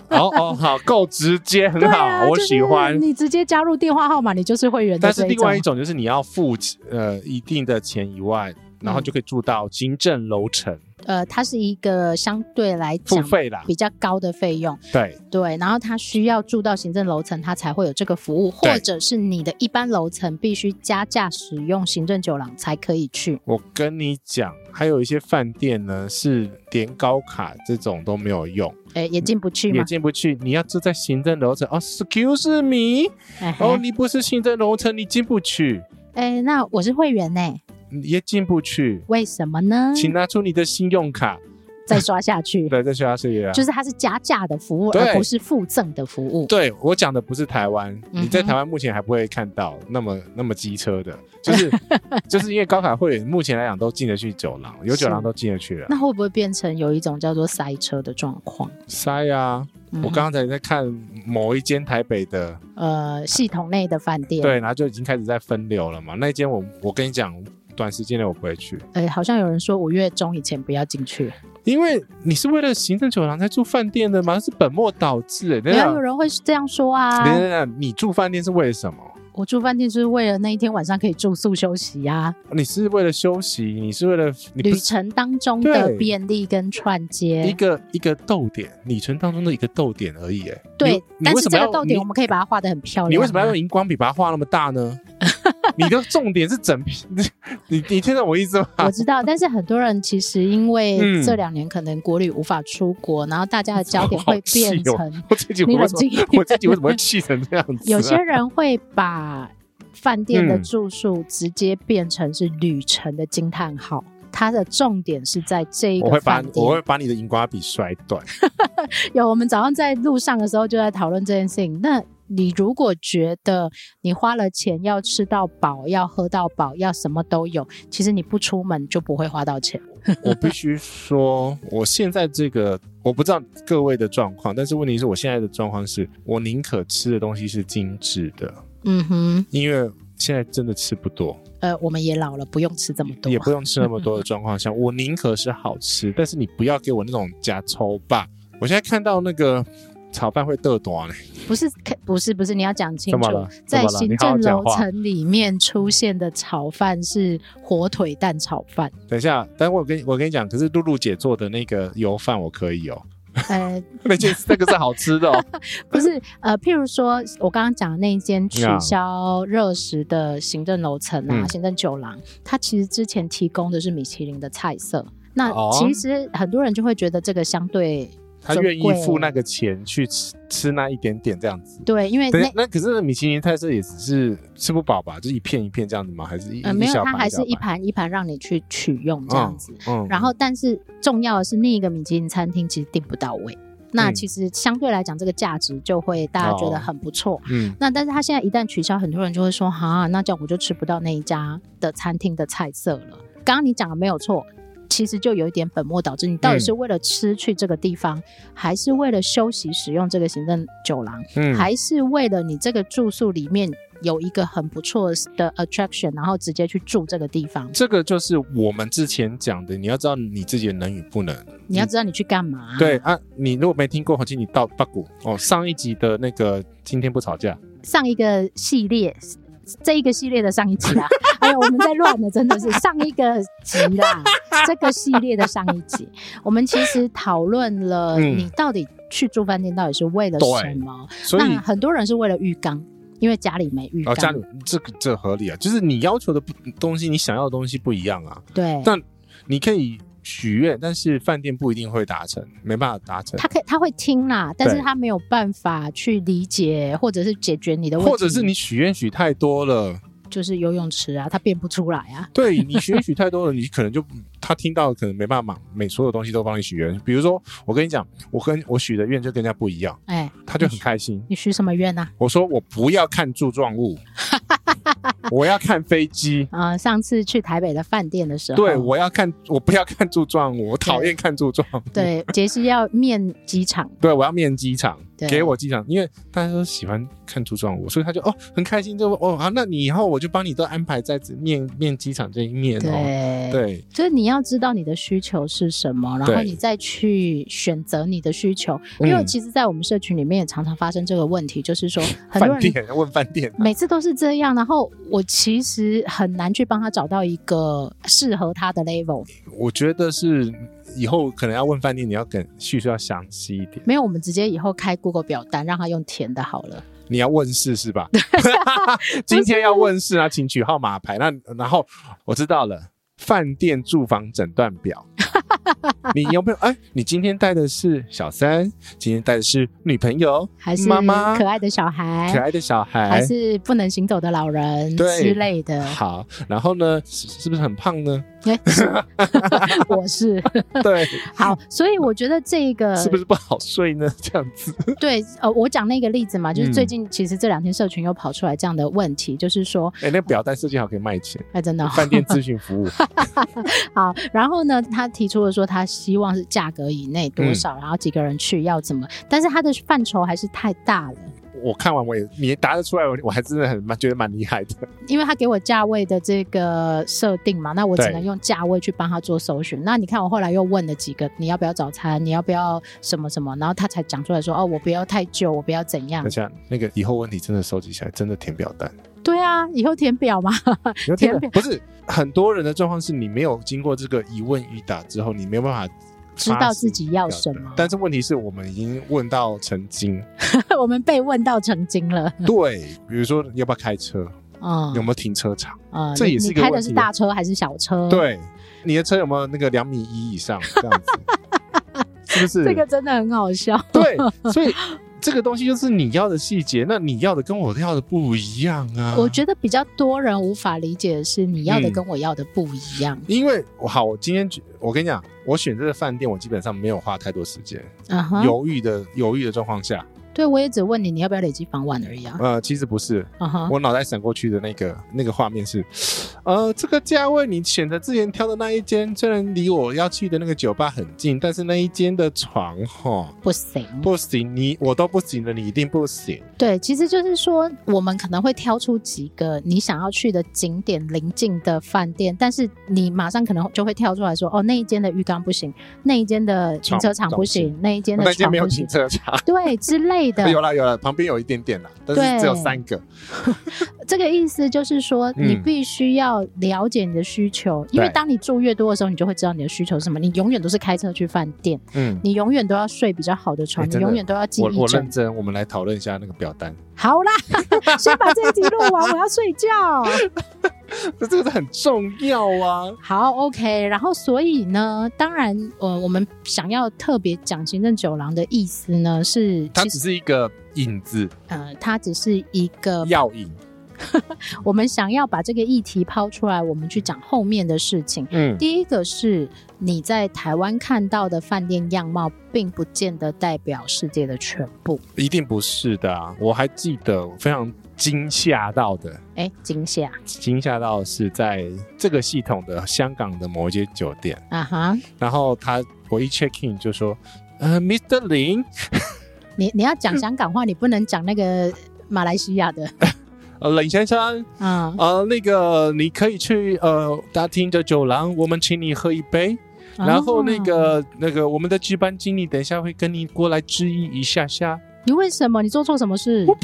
Speaker 3: 呃哦哦，好，够直接，很
Speaker 2: 对
Speaker 3: 好，
Speaker 2: 啊，
Speaker 3: 我
Speaker 2: 就是
Speaker 3: 喜欢。
Speaker 2: 你直接加入电话号码，你就是会员的
Speaker 3: 但
Speaker 2: 这
Speaker 3: 是
Speaker 2: 一
Speaker 3: 另
Speaker 2: 种
Speaker 3: 外一。种就是你要付呃一定的钱以外，然后就可以住到行政楼层，
Speaker 2: 呃，它是一个相对来
Speaker 3: 付
Speaker 2: 讲
Speaker 3: 费啦。
Speaker 2: 比较高的费用，
Speaker 3: 对
Speaker 2: 对，然后它需要住到行政楼层，它才会有这个服务，
Speaker 3: 对
Speaker 2: 或者是你的一般楼层必须加价使用行政酒廊才可以去。
Speaker 3: 我跟你讲，还有一些饭店呢是连高卡这种都没有用，
Speaker 2: 哎，也进不去
Speaker 3: 也
Speaker 2: 嘛。
Speaker 3: 进不去。你要住在行政楼层哦，Excuse me，
Speaker 2: 哎
Speaker 3: 哦，
Speaker 2: 嘿，
Speaker 3: 你不是行政楼层，你进不去，
Speaker 2: 哎，那我是会员呢，
Speaker 3: 你也进不去。
Speaker 2: 为什么呢？
Speaker 3: 请拿出你的信用卡，
Speaker 2: 再刷下去，
Speaker 3: 对，在学校是一样。
Speaker 2: 就是它是加价的服务，
Speaker 3: 对
Speaker 2: 而不是附赠的服务。
Speaker 3: 对我讲的不是台湾，
Speaker 2: 嗯哼
Speaker 3: 你在台湾目前还不会看到那么那么机车的，就是就是因为高卡会员目前来讲都进得去酒廊，有酒廊
Speaker 2: 是
Speaker 3: 都进得去了。
Speaker 2: 那会不会变成有一种叫做塞车的状况？
Speaker 3: 塞啊！
Speaker 2: 嗯
Speaker 3: 我刚才在看某一间台北的，
Speaker 2: 呃，系统内的饭店，
Speaker 3: 对，然后就已经开始在分流了嘛。那一间我我跟你讲，短时间内我不会去，
Speaker 2: 哎，好像有人说五月中以前不要进去，
Speaker 3: 因为你是为了行政酒廊才住饭店的吗？那是本末倒置、欸。等
Speaker 2: 然后有
Speaker 3: 等
Speaker 2: 人会这样说啊。
Speaker 3: 等等等，你住饭店是为什么？
Speaker 2: 我住饭店就是为了那一天晚上可以住宿休息呀、
Speaker 3: 你是为了休息，你是为了你不
Speaker 2: 旅
Speaker 3: 是
Speaker 2: 程当中的
Speaker 3: 对
Speaker 2: 便利跟串
Speaker 3: 一
Speaker 2: 接。
Speaker 3: 个一个逗点，里程当中的一个逗点而已。哎，
Speaker 2: 对
Speaker 3: 你，
Speaker 2: 但是这
Speaker 3: 你为什
Speaker 2: 个
Speaker 3: 么要
Speaker 2: 逗点
Speaker 3: 你
Speaker 2: 我们可以把它画的很漂亮啊、
Speaker 3: 你为什么要用荧光笔把它画那么大呢？你的重点是整片， 你你听懂我意思吗？
Speaker 2: 我知道，但是很多人其实因为
Speaker 3: 嗯
Speaker 2: 这两年可能国旅无法出国，然后大家的焦点
Speaker 3: 好
Speaker 2: 会变
Speaker 3: 气哦
Speaker 2: 成，
Speaker 3: 我自己
Speaker 2: 你
Speaker 3: 为
Speaker 2: 冷
Speaker 3: 什
Speaker 2: 静一
Speaker 3: 么
Speaker 2: 点
Speaker 3: 我自己为什 么会啊气成这样子、啊？
Speaker 2: 有些人会把饭店的
Speaker 3: 嗯
Speaker 2: 住宿直接变成是旅程的惊叹号。它的重点是在这一
Speaker 3: 我
Speaker 2: 个
Speaker 3: 会把
Speaker 2: 饭店。
Speaker 3: 我会把你的荧光笔摔断。
Speaker 2: 有，我们早上在路上的时候就在讨论这件事情。那你如果觉得你花了钱要吃到饱、要喝到饱、要什么都有，其实你不出门就不会花到钱。
Speaker 3: 我必须说，我现在这个我不知道各位的状况，但是问题是我现在的状况是我宁可吃的东西是精致的，
Speaker 2: 嗯哼，
Speaker 3: 因为现在真的吃不多。
Speaker 2: 呃，我们也老了，不用吃这么多
Speaker 3: 也。不用吃那么多的状况下，我宁可是好吃，但是你不要给我那种假抽吧。我现在看到那个炒饭会欸得短嘞，
Speaker 2: 不是，不是，不是，你要讲清
Speaker 3: 干嘛
Speaker 2: 楚
Speaker 3: 了，
Speaker 2: 在
Speaker 3: 干嘛了
Speaker 2: 行
Speaker 3: 你好好
Speaker 2: 政
Speaker 3: 讲
Speaker 2: 楼
Speaker 3: 话
Speaker 2: 层里面出现的炒饭是火腿蛋炒 饭。
Speaker 3: 等一下，但我跟我跟你讲，可是露露姐做的那个油饭我可以哦，
Speaker 2: 呃，
Speaker 3: 那件那个是好吃 的哦。
Speaker 2: 不是，呃，譬如说我刚刚讲的那一间取
Speaker 3: 啊
Speaker 2: 消热食的行政楼层啊、
Speaker 3: 嗯
Speaker 2: 行政酒廊，它其实之前提供的是米其林的菜色。那
Speaker 3: 哦
Speaker 2: 其实很多人就会觉得这个相对
Speaker 3: 他愿意付那个钱去吃吃那一点点这样子。
Speaker 2: 啊对，因为
Speaker 3: 等一
Speaker 2: 那
Speaker 3: 下那可是那米其林菜色也只是吃不饱吧？就一片一片这样子吗？还是一
Speaker 2: 呃
Speaker 3: 一
Speaker 2: 没
Speaker 3: 小
Speaker 2: 有，它
Speaker 3: 盘
Speaker 2: 还是一
Speaker 3: 小盘
Speaker 2: 盘一盘让你去取用这样子。
Speaker 3: 嗯，
Speaker 2: 然后，但是重要的是，另一个米其林餐厅其实订不到位。那
Speaker 3: 嗯
Speaker 2: 其实相对来讲，这个价值就会大家觉得
Speaker 3: 哦
Speaker 2: 很不错。
Speaker 3: 嗯
Speaker 2: 那但是他现在一旦取消，很多人就会说：“哈、那这样我就吃不到那一家的餐厅的菜色了。”刚刚你讲的没有错，其实就有一点本末倒置。你到底
Speaker 3: 嗯
Speaker 2: 是为了吃去这个地方，还是为了休息使用这个行政酒廊，
Speaker 3: 嗯
Speaker 2: 还是为了你这个住宿里面有一个很不错的 attraction，然后直接去住这个地方？
Speaker 3: 这个就是我们之前讲的，你要知道你自己的能与不能。
Speaker 2: 你要知道你去干嘛、
Speaker 3: 嗯对，啊，你如果没听过，请你到八股哦，上一集的那个今天不吵架，
Speaker 2: 上一个系列。这一个系列的上一集啦， 哎呀，我们在乱的真的是上一个集 啦，这个系列的上一集，我们其实讨论了
Speaker 3: 嗯
Speaker 2: 你到底去住饭店到底是为了什么？
Speaker 3: 所以
Speaker 2: 那很多人是为了浴缸，因为家里没浴缸，
Speaker 3: 哦，家里这个这合理啊，就是你要求的不东西，你想要的东西不一样啊，
Speaker 2: 对，
Speaker 3: 但你可以许愿，但是饭店不一定会达成，没办法达成，
Speaker 2: 他可以他会听啦，但是
Speaker 3: 对
Speaker 2: 他没有办法去理解或者是解决你的问题，
Speaker 3: 或者是你许愿许太多了，
Speaker 2: 就是游泳池啊，他变不出来啊，
Speaker 3: 对你许愿许太多了，你可能就他听到可能没办法，每所有东西都帮你许愿，比如说我跟你讲，我跟我许的愿就跟人家不一样，
Speaker 2: 哎，
Speaker 3: 他就很开心，
Speaker 2: 你许什么愿啊？
Speaker 3: 我说我不要看柱 状物，我要看飞机。
Speaker 2: 啊、上次去台北的饭店的时候，
Speaker 3: 对，我要看，我不要看柱状物，我讨厌看柱状物。
Speaker 2: 对，杰西要面机场，
Speaker 3: 对，我要面机场，
Speaker 2: 对
Speaker 3: 给我机场，因为大家都喜欢看柱状物，所以他就哦很开心，就哦啊，那你以后我就帮你都安排在这面面机场这一面哦。
Speaker 2: 对，
Speaker 3: 对，
Speaker 2: 就是你要知道你的需求是什么，然后
Speaker 3: 对
Speaker 2: 你再去选择你的需求。因为
Speaker 3: 嗯
Speaker 2: 其实，在我们社群里面也常常发生这个问题，就是 说很多
Speaker 3: 饭
Speaker 2: 人
Speaker 3: 店问饭店啊，
Speaker 2: 每次都是这样，然后我其实很难去帮他找到一个适合他的 level。
Speaker 3: 我觉得是以后可能要问饭店，你要跟叙述要详细一点，
Speaker 2: 没有，我们直接以后开 Google 表单，让他用填的好了。
Speaker 3: 你要问世是吧？ 今天要问世啊，请取号码牌。那然后我知道了，饭店住房诊 断表。你有没有？哎，你今天带的是小三，今天带的是女朋友，
Speaker 2: 还是
Speaker 3: 妈妈
Speaker 2: 可爱的小孩，
Speaker 3: 可爱的小孩，
Speaker 2: 还是不能行走的老人
Speaker 3: 对。
Speaker 2: 之类的
Speaker 3: 好，然后呢，是是不是很 胖呢？
Speaker 2: 哎，是我是
Speaker 3: 对，
Speaker 2: 好，所以我觉得这个
Speaker 3: 是不是不好睡呢？ 这样子，
Speaker 2: 对，呃，我讲那个例子嘛，就是
Speaker 3: 嗯
Speaker 2: 最近其实这两天社群又跑出来这样的问题，就是说，
Speaker 3: 哎，那表单设计好可以卖 钱，
Speaker 2: 哎，真的哦、
Speaker 3: 饭店咨询服务，
Speaker 2: 好，然后呢，他提出了说他希望是价格以内
Speaker 3: 嗯
Speaker 2: 多少，然后几个人去要怎么，但是他的范畴还是太大了，
Speaker 3: 我看完我也你答得出来，我我还真的很蛮觉得蛮厉害的。
Speaker 2: 因为他给我价位的这个设定嘛，那我只
Speaker 3: 对
Speaker 2: 能用价位去帮他做搜寻。那你看我后来又问了几个，你要不要早餐，你要不要什么什么，然后他才讲出来说，哦，我不要太久，我不要怎样
Speaker 3: 等一。下那个以后问题真的收集起来，真的填表 单。
Speaker 2: 对啊，以后填表嘛，
Speaker 3: 你要
Speaker 2: 填
Speaker 3: 填表不是很多人的状况是你没有经过这个一问一答之后，你没有办法
Speaker 2: 知道自己要什么
Speaker 3: 但是问题是我们已经问到成精，
Speaker 2: 我们被问到成精了。
Speaker 3: 对，比如说要不要开车，
Speaker 2: 嗯，
Speaker 3: 有没有停车场，
Speaker 2: 啊，
Speaker 3: 这
Speaker 2: 你
Speaker 3: 也是
Speaker 2: 你
Speaker 3: 一个
Speaker 2: 开的
Speaker 3: 问
Speaker 2: 是
Speaker 3: 题
Speaker 2: 大车还是小车？，
Speaker 3: 对，你的车有没有那个两米一以 上这样子，是不是？
Speaker 2: 这个真的很好笑。
Speaker 3: 啊对，所以这个东西就是你要的细节，那你要的跟我要的不一样啊。
Speaker 2: 我觉得比较多人无法理解的是，你要的
Speaker 3: 嗯
Speaker 2: 跟我要的不一样。
Speaker 3: 因为我好，我今天举我跟你讲，我选这个饭店，我基本上没有花太多时间，
Speaker 2: 嗯哼，
Speaker 3: 犹豫的犹豫的状况下，
Speaker 2: 对我也只问你，你要不要累积房晚而已啊。
Speaker 3: 呃，其实不是，
Speaker 2: 嗯哼，
Speaker 3: 我脑袋闪过去的那个那个画面是，呃，这个价位你选择之前挑的那一间，虽然离我要去的那个酒吧很近，但是那一间的床哈
Speaker 2: 不行。
Speaker 3: 不行，你我都不行了，你一定不行。
Speaker 2: 对，其实就是说，我们可能会挑出几个你想要去的景点临近的饭店，但是你马上可能就会跳出来说，哦，那一间的浴缸不行，那一间的停车场
Speaker 3: 床
Speaker 2: 不行，那一间的
Speaker 3: 那间
Speaker 2: 床
Speaker 3: 没有
Speaker 2: 不
Speaker 3: 停
Speaker 2: 行，
Speaker 3: 车场，
Speaker 2: 对之类的。
Speaker 3: 有啦有啦，旁边有一点点啦，但是只有
Speaker 2: 对
Speaker 3: 三个。
Speaker 2: 这个意思就是说，你
Speaker 3: 嗯
Speaker 2: 必须要了解你的需求，因为
Speaker 3: 对
Speaker 2: 当你住越多的时候，你就会知道你的需求是什么。你永远都是开车去饭店，
Speaker 3: 嗯，
Speaker 2: 你永远都要睡比较好的床，
Speaker 3: 哎
Speaker 2: 你
Speaker 3: 真的
Speaker 2: 永远都要记
Speaker 3: 我
Speaker 2: 忆
Speaker 3: 我
Speaker 2: 枕
Speaker 3: 认。真，我们来讨论一下那个表单，
Speaker 2: 好啦， 先把这一集录完，我要睡觉。
Speaker 3: 这这个很重要啊。
Speaker 2: 好，OK。然后，所以呢，当然，呃，我们想要特别讲行政酒廊的意思呢，是
Speaker 3: 它
Speaker 2: 其
Speaker 3: 只
Speaker 2: 实
Speaker 3: 是一个引子，
Speaker 2: 呃，它只是一个
Speaker 3: 药引。
Speaker 2: 我们想要把这个议题抛出来，我们去讲后面的事情。
Speaker 3: 嗯，
Speaker 2: 第一个是你在台湾看到的饭店样貌，并不见得代表世界的全部。
Speaker 3: 一定不是的啊！我还记得我非常惊吓到的，
Speaker 2: 哎，惊吓
Speaker 3: 惊吓到是在这个系统的香港的某一间酒店，
Speaker 2: 啊哈！
Speaker 3: 然后他我一 check in 就说，呃，Mr. 林，
Speaker 2: 你你要讲香港话，你不能讲那个马来西亚的
Speaker 3: 呃，冷先生，
Speaker 2: 啊。
Speaker 3: 呃，那个你可以去呃大厅的酒廊，我们请你喝一杯。然后哦那
Speaker 2: 啊，
Speaker 3: 个、那个我们的值班经理等一下会跟你过来致意一下下。
Speaker 2: 你为什么？你做错什么事？
Speaker 3: 我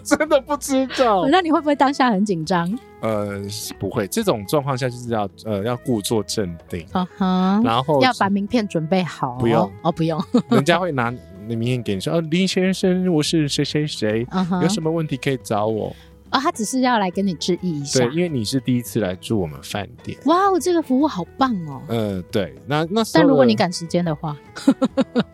Speaker 3: 真的不知道
Speaker 2: 哦。那你会不会当下很紧张？
Speaker 3: 呃，不会，这种状况下就是要呃要故作镇定，
Speaker 2: 啊哈，
Speaker 3: 然后
Speaker 2: 要把名片准备好。
Speaker 3: 不用
Speaker 2: 哦，不用。
Speaker 3: 人家会拿你名片给你说，呃，林先生，我是谁谁谁，
Speaker 2: 啊哈
Speaker 3: 有，什么问题可以找我。
Speaker 2: 哦，他只是要来跟你致意一下
Speaker 3: 对，。因为你是第一次来住我们饭店。
Speaker 2: 哇哦，这个服务好棒哦！
Speaker 3: 呃，对，那那时候
Speaker 2: 但
Speaker 3: 的
Speaker 2: 如果你赶时间的话，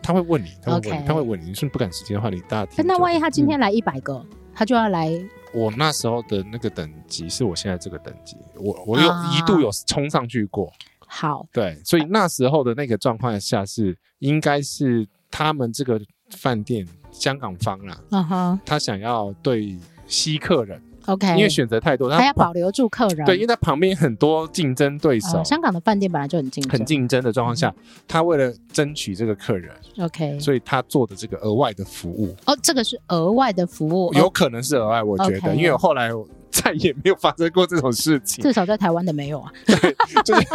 Speaker 3: 他会问你，他会问你
Speaker 2: OK
Speaker 3: 他会问你，你说你不赶时间的话，你大厅
Speaker 2: 但那
Speaker 3: 就
Speaker 2: 万一他今天
Speaker 3: 嗯
Speaker 2: 来一百个，他就要来
Speaker 3: 我那时候的那个等级是我现在这个等级，我我有
Speaker 2: 啊
Speaker 3: 一度有冲上去过，
Speaker 2: 好
Speaker 3: 对，所以那时候的那个状况下是应该是他们这个饭店香港方啦，
Speaker 2: 啊哈
Speaker 3: 他想要对吸客人，
Speaker 2: ，OK，
Speaker 3: 因为选择太多，他
Speaker 2: 还要保留住客人。
Speaker 3: 对，因为他旁边很多竞争对
Speaker 2: 呃
Speaker 3: 手，
Speaker 2: 香港的饭店本来就很竞争，
Speaker 3: 很竞争的状况下，他为了争取这个客人，
Speaker 2: OK，
Speaker 3: 所以他做的这个额外的服务，
Speaker 2: 哦，这个是额外的服务，
Speaker 3: 有
Speaker 2: 哦
Speaker 3: 可能是额外，我觉得，
Speaker 2: OK
Speaker 3: 因为我后来我 再也没有发生过这种事情，
Speaker 2: 至少在台湾的没有 啊。
Speaker 3: 就是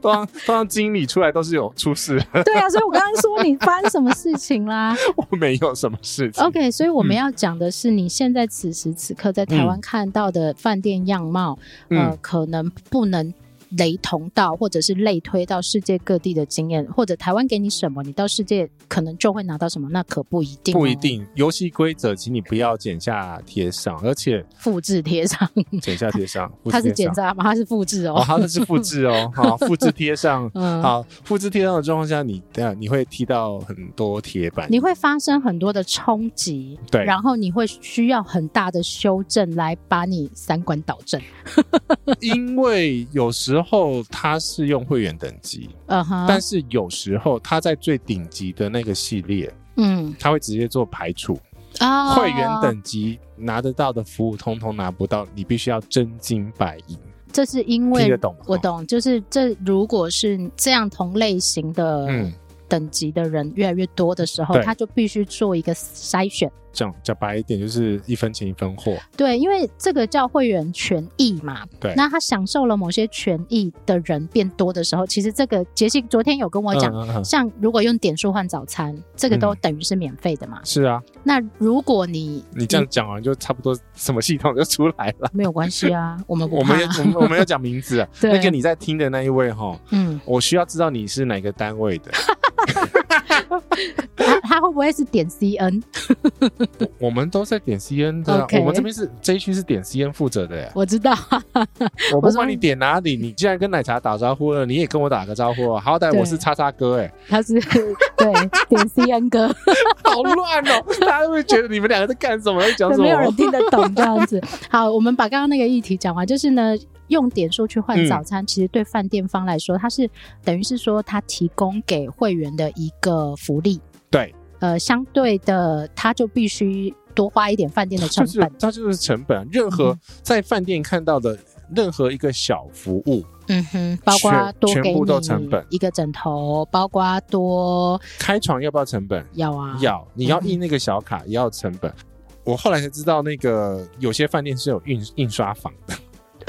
Speaker 3: 通常通常经理出来都是有出事，
Speaker 2: 对啊，所以我刚刚说你发生什么事情 啦
Speaker 3: 我没有什么事情。
Speaker 2: ？OK，所以我们
Speaker 3: 嗯
Speaker 2: 要讲的是你现在此时此刻在台湾看到的饭店样貌，呃，
Speaker 3: 嗯，
Speaker 2: 可能不能雷同到，或者是类推到世界各地的经验，或者台湾给你什么，你到世界可能就会拿到什么，那可不一定、哦
Speaker 3: 不一，定。游戏规则，请你不要剪下贴上，而且
Speaker 2: 复制贴上，
Speaker 3: 剪下贴上，复
Speaker 2: 它
Speaker 3: 制
Speaker 2: 是
Speaker 3: 贴
Speaker 2: 检
Speaker 3: 上。
Speaker 2: 查吗？它是复制
Speaker 3: 哦，
Speaker 2: 哦。
Speaker 3: 它那是复制哦，好，复制贴上。
Speaker 2: 嗯，
Speaker 3: 好，复制贴上的状况下，你等下你会踢到很多铁板，
Speaker 2: 你会发生很多的冲击，
Speaker 3: 对
Speaker 2: 然后你会需要很大的修正来把你三观导正。
Speaker 3: 因为有时候它是用会员等级，
Speaker 2: 嗯哼，
Speaker 3: 但是有时候它在最顶级的那个系列，
Speaker 2: 嗯
Speaker 3: 它会直接做排除，
Speaker 2: 啊，
Speaker 3: 会员，等级拿得到的服务，通通拿不到，你必须要真金白银。
Speaker 2: 这是因为
Speaker 3: 听得懂哦吗
Speaker 2: 我懂，就是这如果是这样同类型的，
Speaker 3: 嗯，
Speaker 2: 等级的人越来越多的时候，
Speaker 3: 对
Speaker 2: 他就必须做一个筛选。
Speaker 3: 讲讲白一点，就是一分钱一分货。
Speaker 2: 对，因为这个叫会员权益嘛。
Speaker 3: 对
Speaker 2: 那他享受了某些权益的人变多的时候，其实这个杰西昨天有跟我哦讲，
Speaker 3: 嗯嗯嗯
Speaker 2: 像如果用点数换早餐，这个都
Speaker 3: 嗯
Speaker 2: 等于是免费的嘛。
Speaker 3: 是啊，
Speaker 2: 那如果你
Speaker 3: 你这样讲完就差不多，什么系统就出来 了。
Speaker 2: 没有关系 啊，我们不
Speaker 3: 我
Speaker 2: 怕
Speaker 3: 们。也我们我们要讲名字啊，
Speaker 2: 对
Speaker 3: 那个你在听的那一位哈，
Speaker 2: 嗯，
Speaker 3: 我需要知道你是哪个单位 的。
Speaker 2: 他他会不会是点 CN？
Speaker 3: 我们都在点 CN 的啊，
Speaker 2: OK
Speaker 3: 我们这边是这一区是点 CN 负责的耶。
Speaker 2: 我知道，
Speaker 3: 我
Speaker 2: 我
Speaker 3: 不
Speaker 2: 说
Speaker 3: 管你点哪里，你既然跟奶茶打招呼了，你也跟我打个招呼啊，好歹我是
Speaker 2: 对
Speaker 3: 叉叉哥哎，
Speaker 2: 他是对点 CN 哥，
Speaker 3: 好乱哦， 大家会觉得你们两个在干什么，在讲什
Speaker 2: 没有人
Speaker 3: 么？
Speaker 2: 听得懂这样 子。好，我们把刚刚那个议题讲完，就是呢，用点数去换早
Speaker 3: 嗯
Speaker 2: 餐，其实对饭店方来说，它是等于是说它提供给会员的一个福利。
Speaker 3: 对，
Speaker 2: 呃，相对的，他就必须多花一点饭店的成
Speaker 3: 就是
Speaker 2: 本。
Speaker 3: 它就是成本啊，任何在饭店看到的任何一个小服务，
Speaker 2: 嗯哼，包括多
Speaker 3: 全
Speaker 2: 给
Speaker 3: 部
Speaker 2: 你
Speaker 3: 都成本
Speaker 2: 一个枕头，包括多
Speaker 3: 开床要不要成本？
Speaker 2: 要啊，
Speaker 3: 要，你要印那个小卡也要成本。我后来才知道，那个有些饭店是有印印刷房的，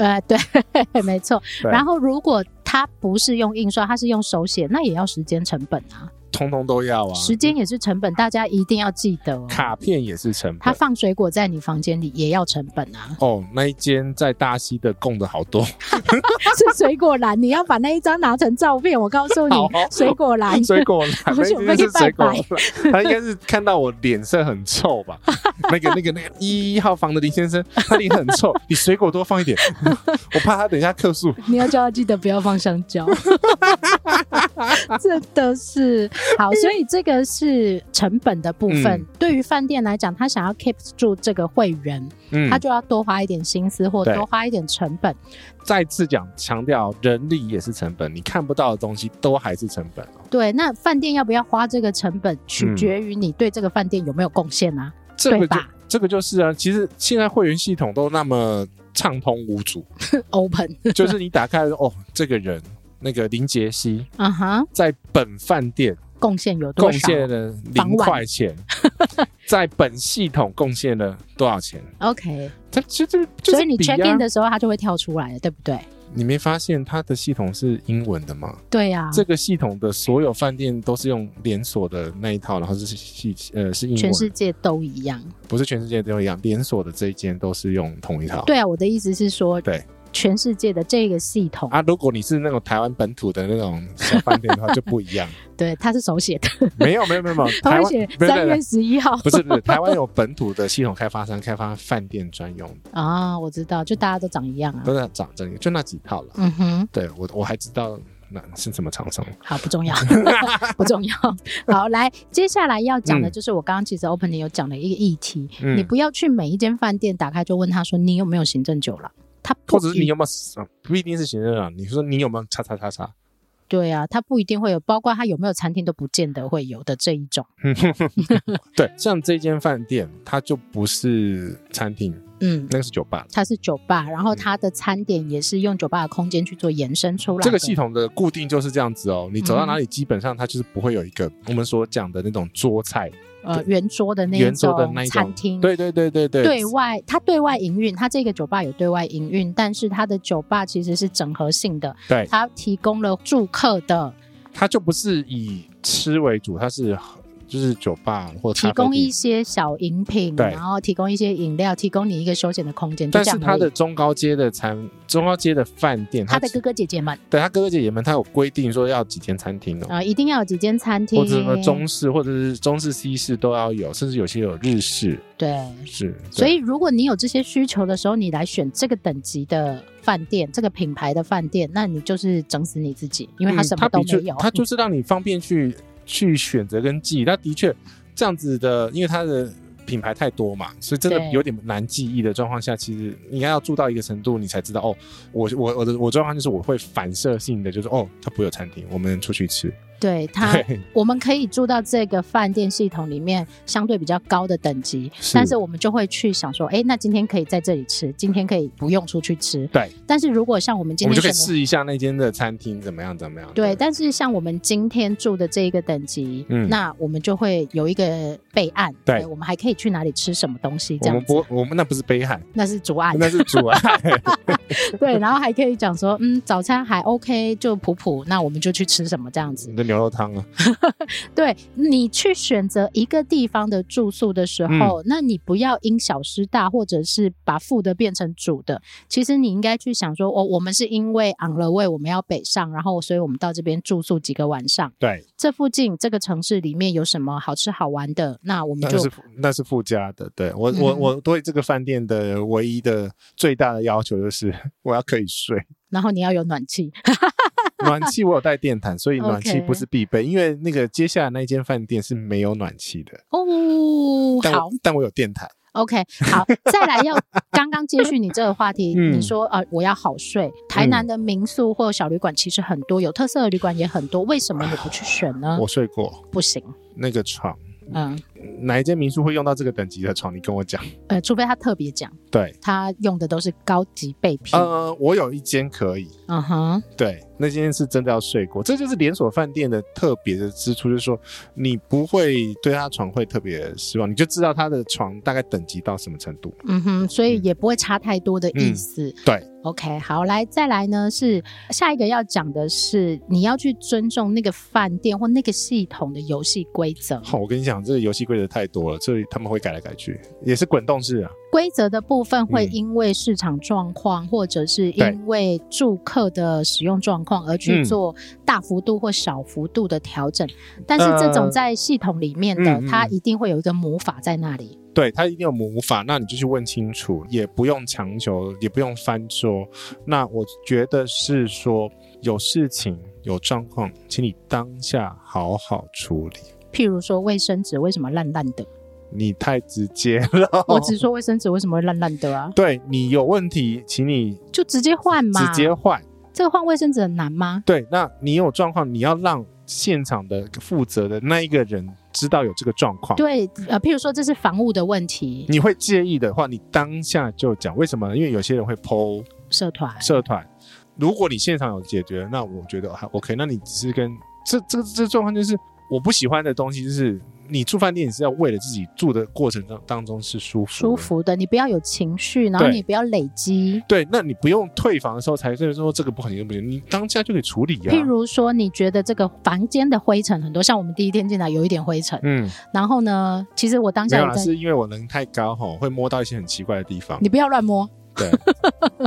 Speaker 2: 呃，对， 没错。
Speaker 3: 对
Speaker 2: 然后如果他不是用印刷，他是用手写，那也要时间成本啊。
Speaker 3: 通通都要啊。
Speaker 2: 时间也是成本，大家一定要记得哦。
Speaker 3: 卡片也是成
Speaker 2: 他
Speaker 3: 本。
Speaker 2: 放水果在你房间里也要成本啊，
Speaker 3: 哦，那一间在大溪的供的好多，
Speaker 2: 是水果篮，你要把那一张拿成照片。我告诉你
Speaker 3: 好哦，
Speaker 2: 水果篮
Speaker 3: 水果篮，
Speaker 2: 啊 我
Speaker 3: 那
Speaker 2: 准备
Speaker 3: 一间是水果
Speaker 2: 去
Speaker 3: 篮，他应该是看到我脸色很臭吧？那个、那个、那个一号房的林先生，他脸很臭，你水果多放一点， 我怕他等一下客诉。
Speaker 2: 你要叫他记得不要放香 蕉，真的是好，所以这个是成本的部分。
Speaker 3: 嗯
Speaker 2: 对于饭店来讲，他想要 keep 住这个会员，
Speaker 3: 嗯
Speaker 2: 他，就要多花一点心思或
Speaker 3: 对
Speaker 2: 多花一点成本。
Speaker 3: 再次讲强调，人力也是成本，你看不到的东西都还是成本哦。
Speaker 2: 对，那饭店要不要花这个成本，取
Speaker 3: 嗯
Speaker 2: 决于你对这个饭店有没有贡献啊。
Speaker 3: 这
Speaker 2: 对
Speaker 3: 个就
Speaker 2: 吧
Speaker 3: 这个就是啊，其实现在会员系统都那么畅通无阻，
Speaker 2: Open，
Speaker 3: 就是你打开哦，这个人那个林杰西
Speaker 2: 嗯哼，
Speaker 3: 在本饭店
Speaker 2: 贡献有多
Speaker 3: 贡
Speaker 2: 少
Speaker 3: 献了
Speaker 2: 房
Speaker 3: 零
Speaker 2: 晚
Speaker 3: 块钱，在本系统贡献了多少钱？
Speaker 2: ？OK，
Speaker 3: 它其实就是
Speaker 2: 所以你
Speaker 3: 比啊
Speaker 2: check in 的时候，它就会跳出来了，对不对？
Speaker 3: 你没发现它的系统是英文的吗？
Speaker 2: 对啊呀、
Speaker 3: 这个系统的所有饭店都是用连锁的那一套，然后是系呃是英文
Speaker 2: 全
Speaker 3: 的，
Speaker 2: 世界都一样。
Speaker 3: 不是全世界都一样，连锁的这一间都是用同一套。
Speaker 2: 对啊，我的意思是说，
Speaker 3: 对，
Speaker 2: 全世界的这个系统，
Speaker 3: 啊，如果你是那种台湾本土的那种小饭店的话，就 不一样。
Speaker 2: 对，它是手写的，
Speaker 3: 没有没有没有没有，
Speaker 2: 它
Speaker 3: 台
Speaker 2: 会
Speaker 3: 湾
Speaker 2: 写
Speaker 3: 没有没
Speaker 2: 三
Speaker 3: 有没有
Speaker 2: 月十一号
Speaker 3: 不是不是，台湾有本土的系统开发商开发饭店专用的，
Speaker 2: 啊，我知道，就大家都长一样啊。
Speaker 3: 都在找这里，就那几套了。
Speaker 2: 嗯哼，
Speaker 3: 对我我还知道那是什么厂商。
Speaker 2: 好，不 重要，不重要。好，来，接下来要讲的
Speaker 3: 嗯
Speaker 2: 就是我刚刚其实 opening 有讲的一个议题，
Speaker 3: 嗯
Speaker 2: 你不要去每一间饭店打开就问他说你有没有行政酒廊，他不
Speaker 3: 或者是你
Speaker 2: 一
Speaker 3: 有没有、呃不一定是行政长，你说你有没有叉叉叉叉？
Speaker 2: 对啊，他不一定会有，包括他有没有餐厅都不见得会有的这一种。嗯
Speaker 3: 对，像这间饭店，它就不是餐厅，
Speaker 2: 嗯，
Speaker 3: 那个是酒吧。
Speaker 2: 它是酒吧，然
Speaker 3: 嗯
Speaker 2: 后它的餐点也是用酒吧的空间去做延伸出来的。
Speaker 3: 这个系统的固定就是这样子哦，你走
Speaker 2: 嗯
Speaker 3: 到哪里，基本上它就是不会有一个我们所讲的那种桌菜，
Speaker 2: 呃圆桌的那一
Speaker 3: 圆桌的
Speaker 2: 种
Speaker 3: 那一种
Speaker 2: 餐厅，
Speaker 3: 对对对对对，
Speaker 2: 对外，它对外营运，它这个酒吧有对外营运，但是它的酒吧其实是整合性的，
Speaker 3: 对
Speaker 2: 它提供了住客的
Speaker 3: 它就不是以吃为主，它是就是酒吧或咖
Speaker 2: 提
Speaker 3: 啡
Speaker 2: 供一
Speaker 3: 厅，
Speaker 2: 些小饮品，
Speaker 3: 对
Speaker 2: 然后提供一些饮料，提供你一个休闲的空间，就
Speaker 3: 但
Speaker 2: 这
Speaker 3: 是
Speaker 2: 样
Speaker 3: 它
Speaker 2: 而已
Speaker 3: 的中高阶的餐、中高阶的饭店，
Speaker 2: 他
Speaker 3: 它
Speaker 2: 的哥哥姐姐们
Speaker 3: 对它哥哥姐姐们，它有规定说要几间餐厅哦，
Speaker 2: 啊、呃一定要有几间餐厅，
Speaker 3: 或者什么中式或者是中式、西式都要有，甚至有些有日式
Speaker 2: 对。
Speaker 3: 是，对
Speaker 2: 所以，如果你有这些需求的时候，你来选这个等级的饭店，这个品牌的饭店，那你就是整死你自己，因为它
Speaker 3: 嗯
Speaker 2: 什么都
Speaker 3: 的确
Speaker 2: 没有。
Speaker 3: 它就是让你方便去去选择跟记忆。它的确这样子的，因为它的品牌太多嘛，所以真
Speaker 2: 对
Speaker 3: 的有点难记忆的状况下，其实你应该要住到一个程度，你才知道哦，我我我的我状况就是我会反射性的，就是哦，它不有餐厅，我们出去吃。
Speaker 2: 对它，
Speaker 3: 对，
Speaker 2: 我们可以住到这个饭店系统里面相对比较高的等级，
Speaker 3: 是
Speaker 2: 但是我们就会去想说，哎，那今天可以在这里吃，今天可以不用出去吃。
Speaker 3: 对。
Speaker 2: 但是如果像我们
Speaker 3: 我
Speaker 2: 今
Speaker 3: 们
Speaker 2: 天
Speaker 3: 就可以
Speaker 2: 选的，
Speaker 3: 试一下那间的餐厅怎么样怎么样。
Speaker 2: 对，但是像我们今天住的这一个等级，
Speaker 3: 嗯
Speaker 2: 那我们就会有一个备案，
Speaker 3: 对
Speaker 2: 我们还可以去哪里吃什么东西，这
Speaker 3: 我
Speaker 2: 样
Speaker 3: 们
Speaker 2: 子，啊
Speaker 3: 不，我们那不是悲憾，
Speaker 2: 那是主案。
Speaker 3: 那是啊主 爱。
Speaker 2: 对，然后还可以讲说，嗯，早餐还 OK，就普普，那我们就去吃什么这样子
Speaker 3: 你。的牛肉汤啊，
Speaker 2: 对你去选择一个地方的住宿的时
Speaker 3: 嗯
Speaker 2: 候，那你不要因小失大，或者是把负的变成主的。其实你应该去想说，哦，我们是因为 on the way 我们要北上，然后所以我们到这边住宿几个晚上。
Speaker 3: 对，
Speaker 2: 这附近这个城市里面有什么好吃好玩的，那我们
Speaker 3: 那
Speaker 2: 就是
Speaker 3: 那是附加的。对我我
Speaker 2: 嗯
Speaker 3: 我对这个饭店的唯一的最大的要求就是 我要可以睡，
Speaker 2: 然后你要有暖气，
Speaker 3: 暖气我有带电毯，所以暖气
Speaker 2: OK
Speaker 3: 不是必备，因为那个接下来那间饭店是没有暖气的。
Speaker 2: 哦，
Speaker 3: 但
Speaker 2: 好
Speaker 3: 我，但我有电毯，
Speaker 2: OK，好，再来要刚刚接续你这个话题，
Speaker 3: 嗯
Speaker 2: 你说呃，我要好睡。台南的民宿或小旅馆其实很多，有啊特色的旅馆也很多，为什么你不去选呢？
Speaker 3: 我睡过
Speaker 2: 不行，
Speaker 3: 那个床，
Speaker 2: 嗯，
Speaker 3: 哪一间民宿会用到这个等级的床？你跟我讲。
Speaker 2: 呃，除非他特别讲，
Speaker 3: 对，
Speaker 2: 他用的都是高级被品。
Speaker 3: 呃，我有一间可以，
Speaker 2: 嗯哼，
Speaker 3: 对，那间是真的要睡过，这就是连锁饭店的特别的之处，就是说你不会对他床会特别失望，你就知道他的床大概等级到什么程度。
Speaker 2: 嗯哼，所以
Speaker 3: 嗯
Speaker 2: 也不会差太多的意
Speaker 3: 嗯
Speaker 2: 思。
Speaker 3: 对，
Speaker 2: OK，好，来再来呢是下一个要讲的是你要去尊重那个饭店或那个系统的游戏规则。
Speaker 3: 好、我跟你讲，这个游戏规则太多了，所以他们会改来改去，也是滚动式啊。
Speaker 2: 规则的部分会
Speaker 3: 嗯
Speaker 2: 因为市场状况，或者是
Speaker 3: 对
Speaker 2: 因为住客的使用状况而去
Speaker 3: 嗯
Speaker 2: 做大幅度或小幅度的调整。但是这种
Speaker 3: 呃
Speaker 2: 在系统里面的，
Speaker 3: 嗯嗯
Speaker 2: 它
Speaker 3: 嗯
Speaker 2: 一定会有一个魔法在那里。
Speaker 3: 对他一定有魔法，那你就去问清楚，也不用强求，也不用翻桌。那我觉得是说有事情有状况，请你当下好好处理。
Speaker 2: 譬如说卫生纸为什么烂烂的？
Speaker 3: 你太直接了，
Speaker 2: 我只说卫生纸为什么会烂烂的啊？
Speaker 3: 对你有问题，请你
Speaker 2: 就直接换嘛。
Speaker 3: 直接换。
Speaker 2: 这个换卫生纸很难吗？
Speaker 3: 对，那你有状况，你要让现场的负责的那一个人知道有这个状况。
Speaker 2: 对，呃，譬如说这是房屋的问题，
Speaker 3: 你会介意的话，你当下就讲为什么呢？因为有些人会剖
Speaker 2: 社团
Speaker 3: 社团，如果你现场有解决，那我觉得还 OK。那你只是跟这这个这个状况就是我不喜欢的东西，就是你住饭店，你是要为了自己住的过程当当中是舒服
Speaker 2: 舒
Speaker 3: 的。
Speaker 2: 服的，你不要有情绪，然后
Speaker 3: 对
Speaker 2: 你不要累积。
Speaker 3: 对，那你不用退房的时候才跟人说这个不行，那个不行，你当下就可以处理呀、
Speaker 2: 譬如说，你觉得这个房间的灰尘很多，像我们第一天进来有一点灰尘，
Speaker 3: 嗯，
Speaker 2: 然后呢，其实我当
Speaker 3: 没
Speaker 2: 下
Speaker 3: 有
Speaker 2: 有
Speaker 3: 啦，
Speaker 2: 在，
Speaker 3: 是因为我人太高吼，会摸到一些很奇怪的地方
Speaker 2: 你。不要乱摸，
Speaker 3: 对，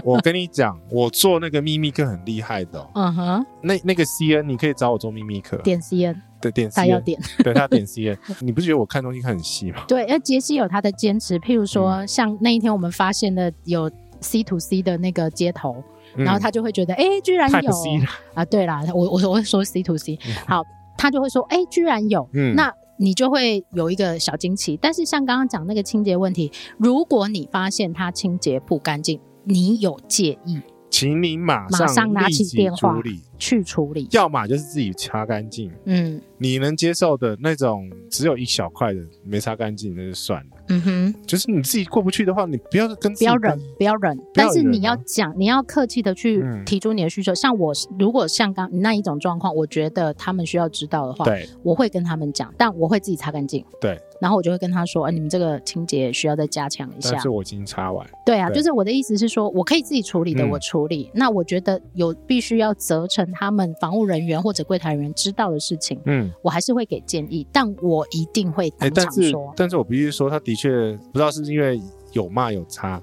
Speaker 3: 我跟你讲，我做那个秘密课很厉害的、哦，
Speaker 2: 嗯哼，
Speaker 3: 那那个 CN 你可以找我做秘密课，
Speaker 2: 点烟，
Speaker 3: 对点
Speaker 2: 他要
Speaker 3: CN，
Speaker 2: 点。
Speaker 3: 对他 点 CN，你不是觉得我看东西看很细吗？
Speaker 2: 对，而杰西有他的坚持，譬如
Speaker 3: 嗯
Speaker 2: 说，像那一天我们发现的有 C to C 的那个接头，
Speaker 3: 嗯
Speaker 2: 然后他就会觉得，哎、居然
Speaker 3: Type
Speaker 2: 有
Speaker 3: C，
Speaker 2: 啊，对啦，我我我会说 C to C，好，他就会说，哎、居然有，
Speaker 3: 嗯
Speaker 2: 那你就会有一个小惊奇。但是像刚刚讲那个清洁问题，如果你发现它清洁不干净，你有介意
Speaker 3: 请你马
Speaker 2: 马上拿
Speaker 3: 立
Speaker 2: 起
Speaker 3: 即
Speaker 2: 电话
Speaker 3: 处理，
Speaker 2: 去处理，
Speaker 3: 要么就是自己擦干净，
Speaker 2: 嗯
Speaker 3: 你能接受的那种只有一小块的没擦干净那就算了，
Speaker 2: 嗯哼，
Speaker 3: 就是你自己过不去的话，你不要
Speaker 2: 不
Speaker 3: 跟自己
Speaker 2: 要
Speaker 3: 干
Speaker 2: 忍，不要忍，
Speaker 3: 不要
Speaker 2: 但是你
Speaker 3: 忍
Speaker 2: 要
Speaker 3: 啊
Speaker 2: 讲，你要客气的去
Speaker 3: 嗯
Speaker 2: 提出你的需求。像我是如果像刚那一种状况，我觉得他们需要知道的话，
Speaker 3: 对
Speaker 2: 我会跟他们讲，但我会自己擦干净。
Speaker 3: 对，
Speaker 2: 然后我就会跟他说：“哎、你们这个清洁需要再加强一下
Speaker 3: 但。是”我已经擦完，
Speaker 2: 对啊，
Speaker 3: 对
Speaker 2: 就是我的意思是说，我可以自己处理的，
Speaker 3: 嗯
Speaker 2: 我处理。那我觉得有必须要责成他们房务人员或者柜台人员知道的事情，
Speaker 3: 嗯。
Speaker 2: 我还是会给建议，但我一定会
Speaker 3: 哎、
Speaker 2: 当
Speaker 3: 但
Speaker 2: 场
Speaker 3: 是
Speaker 2: 说、
Speaker 3: 但是我必须说，他的确不知道是因为有骂有擦，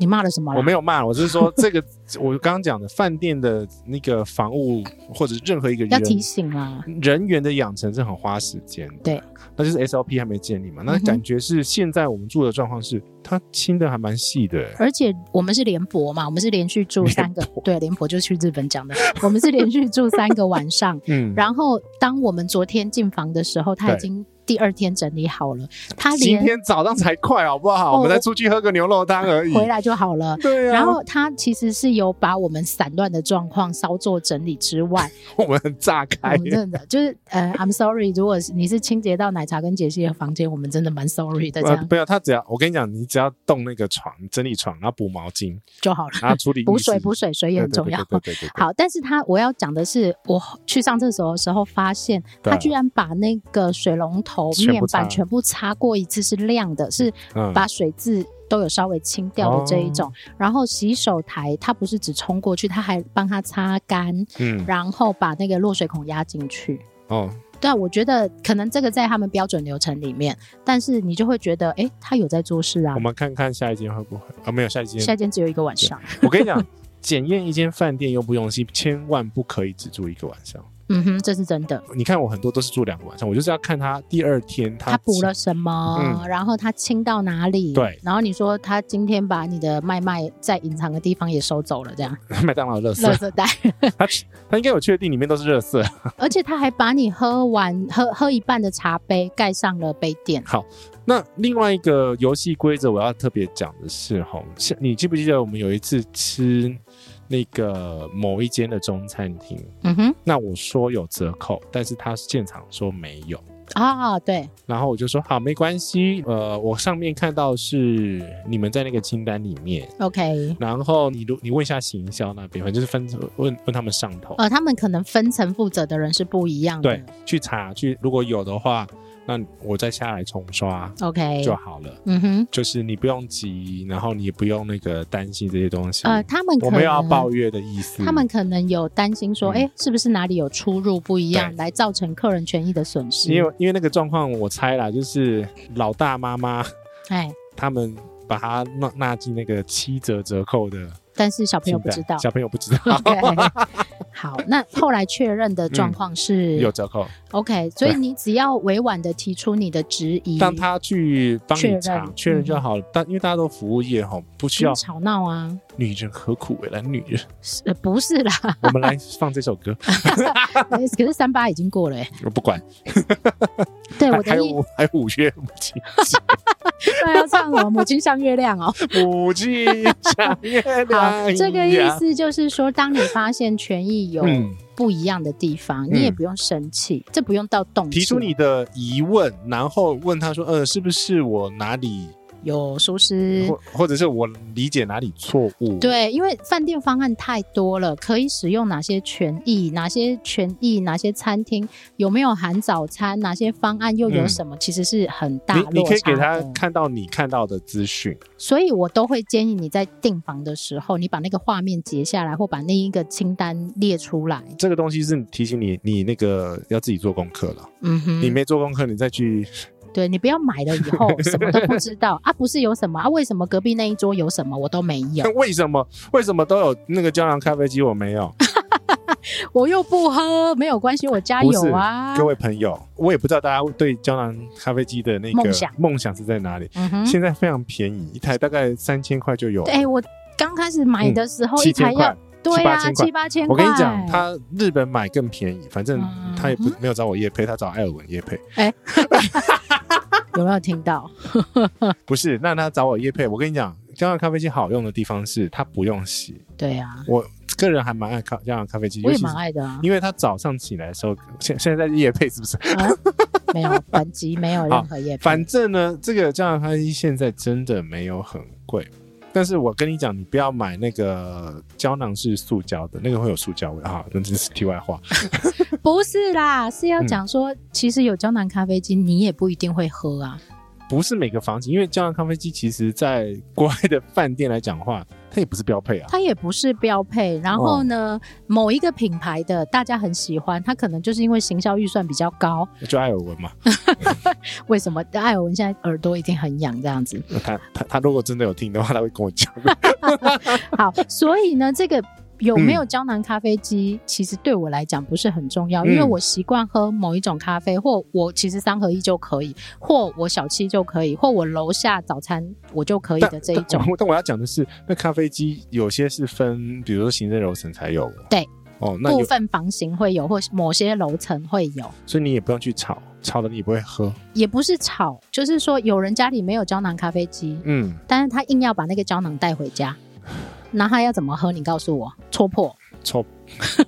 Speaker 2: 你骂了什么啦。
Speaker 3: 我没有骂， 我是说这个我刚刚讲的饭店的那个房务或者任何一个
Speaker 2: 要
Speaker 3: 人
Speaker 2: 提醒啦。
Speaker 3: 人员的养成是很花时间的，
Speaker 2: 对，
Speaker 3: 那就是 SLP 还没建立嘛，那
Speaker 2: 嗯哼
Speaker 3: 感觉是现在我们住的状况是，它清的还蛮细的、欸，
Speaker 2: 而且我们是联博嘛，我们是连续住三个，对，联博就是去日本讲的，我们是连续住三个晚上。
Speaker 3: 嗯，
Speaker 2: 然后当我们昨天进房的时候，他已
Speaker 3: 对
Speaker 2: 经第二天整理好了，他
Speaker 3: 今
Speaker 2: 连
Speaker 3: 天早上才快好不好？
Speaker 2: 哦
Speaker 3: 我们再出去喝个牛肉汤而已，
Speaker 2: 回来就好了。
Speaker 3: 对啊，
Speaker 2: 然后他其实是有把我们散乱的状况稍作整理之 外，
Speaker 3: 我们很炸
Speaker 2: 我
Speaker 3: 开
Speaker 2: 们，真的就是呃，I'm sorry，如果是你是清洁到奶茶跟杰西的房间，我们真的蛮 sorry 的，这
Speaker 3: 呃，
Speaker 2: 样
Speaker 3: 不要，他只要我跟你讲，你只要动那个床，整理床，然后补毛巾，
Speaker 2: 就好
Speaker 3: 然
Speaker 2: 了
Speaker 3: 后。处理
Speaker 2: 补
Speaker 3: 浴室
Speaker 2: 水补水，水也很重要。
Speaker 3: 对对对对对对对
Speaker 2: 好，但是他我要讲的是，我去上厕所的时候发现，他
Speaker 3: 对
Speaker 2: 居然把那个水龙头
Speaker 3: 全部
Speaker 2: 面板
Speaker 3: 擦
Speaker 2: 全部擦过一次，是亮的，是
Speaker 3: 嗯哦
Speaker 2: 把水渍都有稍微清掉的这一种。然后洗手台，他不是只冲过去，他还帮他擦干，
Speaker 3: 嗯
Speaker 2: 然后把那个落水孔压进去。
Speaker 3: 哦，
Speaker 2: 对啊，我觉得可能这个在他们标准流程里面，但是你就会觉得，哎，他有在做事啊
Speaker 3: 我。们看看下一间会不会啊？没有下一
Speaker 2: 下
Speaker 3: 间，
Speaker 2: 一间只有一个晚上，
Speaker 3: 我跟你讲，检验一间饭店用不用心，千万不可以只住一个晚上。
Speaker 2: 嗯哼，这是真的。
Speaker 3: 你看我很多都是住两个晚上，我就是要看他第二天他
Speaker 2: 他补了什么，
Speaker 3: 嗯
Speaker 2: 然后他清到哪里？
Speaker 3: 对
Speaker 2: 然后你说他今天把你的麦麦在隐藏的地方也收走了，这样
Speaker 3: 麦当劳的垃
Speaker 2: 垃
Speaker 3: 圾，
Speaker 2: 圾 袋，
Speaker 3: 他他应该有确定里面都是垃圾。
Speaker 2: 而且他还把你喝完喝喝一半的茶杯盖上了杯垫。
Speaker 3: 那另外一个游戏规则我要特别讲的是，吼，像你记不记得我们有一次吃那个某一间的中餐厅？
Speaker 2: 嗯哼，
Speaker 3: 那我说有折扣，但是他现场说没有。
Speaker 2: 啊，对，
Speaker 3: 然后我就说好，没关系，呃，我上面看到是你们在那个清单里面，
Speaker 2: OK，
Speaker 3: 然后你如你问一下行销那边，反正就是分问问他们上头，
Speaker 2: 呃，他们可能分层负责的人是不一样的。
Speaker 3: 对，去查去，如果有的话，那我再下来重刷
Speaker 2: ，OK，
Speaker 3: 就好了。
Speaker 2: 嗯哼，
Speaker 3: 就是你不用急，然后你也不用那个担心这些东西。
Speaker 2: 呃，他们可
Speaker 3: 我
Speaker 2: 能
Speaker 3: 没有要抱怨的意思。
Speaker 2: 他们可能有担心说，
Speaker 3: 嗯
Speaker 2: 哎、是不是哪里有出入不一样，
Speaker 3: 对
Speaker 2: 来造成客人权益的损失？
Speaker 3: 因为因为那个状况，我猜啦，就是老大妈妈
Speaker 2: 哎，
Speaker 3: 他们把它纳纳进那个七折折扣的
Speaker 2: 但是小朋
Speaker 3: 清
Speaker 2: 友
Speaker 3: 单，
Speaker 2: 不知道。
Speaker 3: 小朋友不知道
Speaker 2: OK，好， 那后来确认的状况是、
Speaker 3: 嗯有折扣，
Speaker 2: OK，所以
Speaker 3: 对
Speaker 2: 你只要委婉的提出你的质疑，
Speaker 3: 让他去帮
Speaker 2: 确
Speaker 3: 你
Speaker 2: 认
Speaker 3: 查确认就好了。但因为大家都服务业哈，不需
Speaker 2: 不要
Speaker 3: 要
Speaker 2: 吵闹啊，
Speaker 3: 女人何苦为难女人？
Speaker 2: 是呃不是啦？ 哎
Speaker 3: 我们来放这首歌，
Speaker 2: 可是三八已经过了、哎，
Speaker 3: 我不管。
Speaker 2: 对
Speaker 3: 还
Speaker 2: 我
Speaker 3: 还
Speaker 2: 的
Speaker 3: 有
Speaker 2: 意
Speaker 3: 五还有五月母亲，
Speaker 2: 那要唱什么？母亲像月亮 哦。
Speaker 3: 母亲像月亮
Speaker 2: 好，
Speaker 3: 一样。
Speaker 2: 这个意思就是说，当你发现权益有
Speaker 3: 嗯
Speaker 2: 不一样的地方，
Speaker 3: 嗯
Speaker 2: 你也不用生气，这不用到动气
Speaker 3: 提出你的疑问，然后问他说：“呃，是不是我哪里，
Speaker 2: 有疏失。
Speaker 3: 或或者是我理解哪里错误？”，
Speaker 2: 对，因为饭店方案太多了，可以使用哪些权益，哪些权益，哪些餐厅有没有含早餐，哪些方案又有
Speaker 3: 嗯
Speaker 2: 什么，其实是很大落差嗯
Speaker 3: 你你可以给他
Speaker 2: 的
Speaker 3: 看到你看到的资讯，
Speaker 2: 所以我都会建议你在订房的时候，你把那个画面截下来，或把那一个清单列出来。
Speaker 3: 这个东西是提醒你，你那个要自己做功课了。
Speaker 2: 嗯哼，
Speaker 3: 你没做功课，你再去
Speaker 2: 对你不要买了以 后什么都不知道啊，不是有什么啊？为什么隔壁那一桌有什么我都没有
Speaker 3: 看？ 为什么为什么都有那个胶囊咖啡机，我没有。
Speaker 2: 我又不喝，没有关系，我家
Speaker 3: 不是
Speaker 2: 有啊。
Speaker 3: 各位朋友，我也不知道大家对胶囊咖啡机的那个
Speaker 2: 梦想
Speaker 3: 梦想是在哪里。
Speaker 2: 嗯哼，
Speaker 3: 现在非常便宜，一台大概三千块就有，
Speaker 2: 哎、我刚开始买的时候哦一
Speaker 3: 嗯七
Speaker 2: 台
Speaker 3: 千
Speaker 2: 要、
Speaker 3: 块。
Speaker 2: 对啊，
Speaker 3: 七
Speaker 2: 七八千
Speaker 3: 我
Speaker 2: 块。
Speaker 3: 跟你讲，他日本买更便宜，反正
Speaker 2: 嗯
Speaker 3: 他也不没有找我叶配，他找艾尔文叶配，
Speaker 2: 有没有听到？
Speaker 3: 不是，那他找我叶配。我跟你讲，胶囊咖啡机好用的地方是它不用洗，
Speaker 2: 对啊，
Speaker 3: 我个人还蛮爱咖胶囊咖啡机，
Speaker 2: 我
Speaker 3: 尤
Speaker 2: 也
Speaker 3: 其
Speaker 2: 蛮
Speaker 3: 是
Speaker 2: 爱的 啊。
Speaker 3: 因为它早上起来的时候，现现在在叶配是不是？
Speaker 2: 啊没有，本集没有任何业配
Speaker 3: 反正呢，这个胶囊咖啡机现在真的没有很贵。但是我跟你讲，你不要买那个胶囊是塑胶的，那个会有塑胶味啊，那真是题外话。
Speaker 2: 不是啦，是要
Speaker 3: 嗯
Speaker 2: 讲说，其实有胶囊咖啡机，你也不一定会喝啊。
Speaker 3: 不是每个房型，因为胶囊咖啡机其实在国外的饭店来讲的话，它也不是标配啊。
Speaker 2: 它也不是标配。然后
Speaker 3: 哦
Speaker 2: 呢，某一个品牌的大家很喜欢，它可能就是因为行销预算比较高。
Speaker 3: 就艾尔文嘛，
Speaker 2: 为什么艾尔文现在耳朵已经很痒这样子？
Speaker 3: 他他他如果真的有听的话，他会跟我 讲。
Speaker 2: 好，所以呢，这个。有没有胶囊咖啡机？其实对我来讲不是很重要，
Speaker 3: 嗯
Speaker 2: 因为我习惯喝某一种咖啡，或我其实三合一就可以，或我小七就可以，或我楼下早餐我就可以的这一种
Speaker 3: 但。我但我要讲的是，那咖啡机有些是分，比如说行政楼层才有。
Speaker 2: 对。
Speaker 3: 哦，那
Speaker 2: 部
Speaker 3: 有，
Speaker 2: 分房型会有，或某些楼层会有。
Speaker 3: 所以你也不用去炒，炒了你也不会喝。
Speaker 2: 也不是吵，就是说有人家里没有胶囊咖啡机，
Speaker 3: 嗯，
Speaker 2: 但是他硬要把那个胶囊带回家，那他要怎么喝？你告诉我，戳破，
Speaker 3: 臭。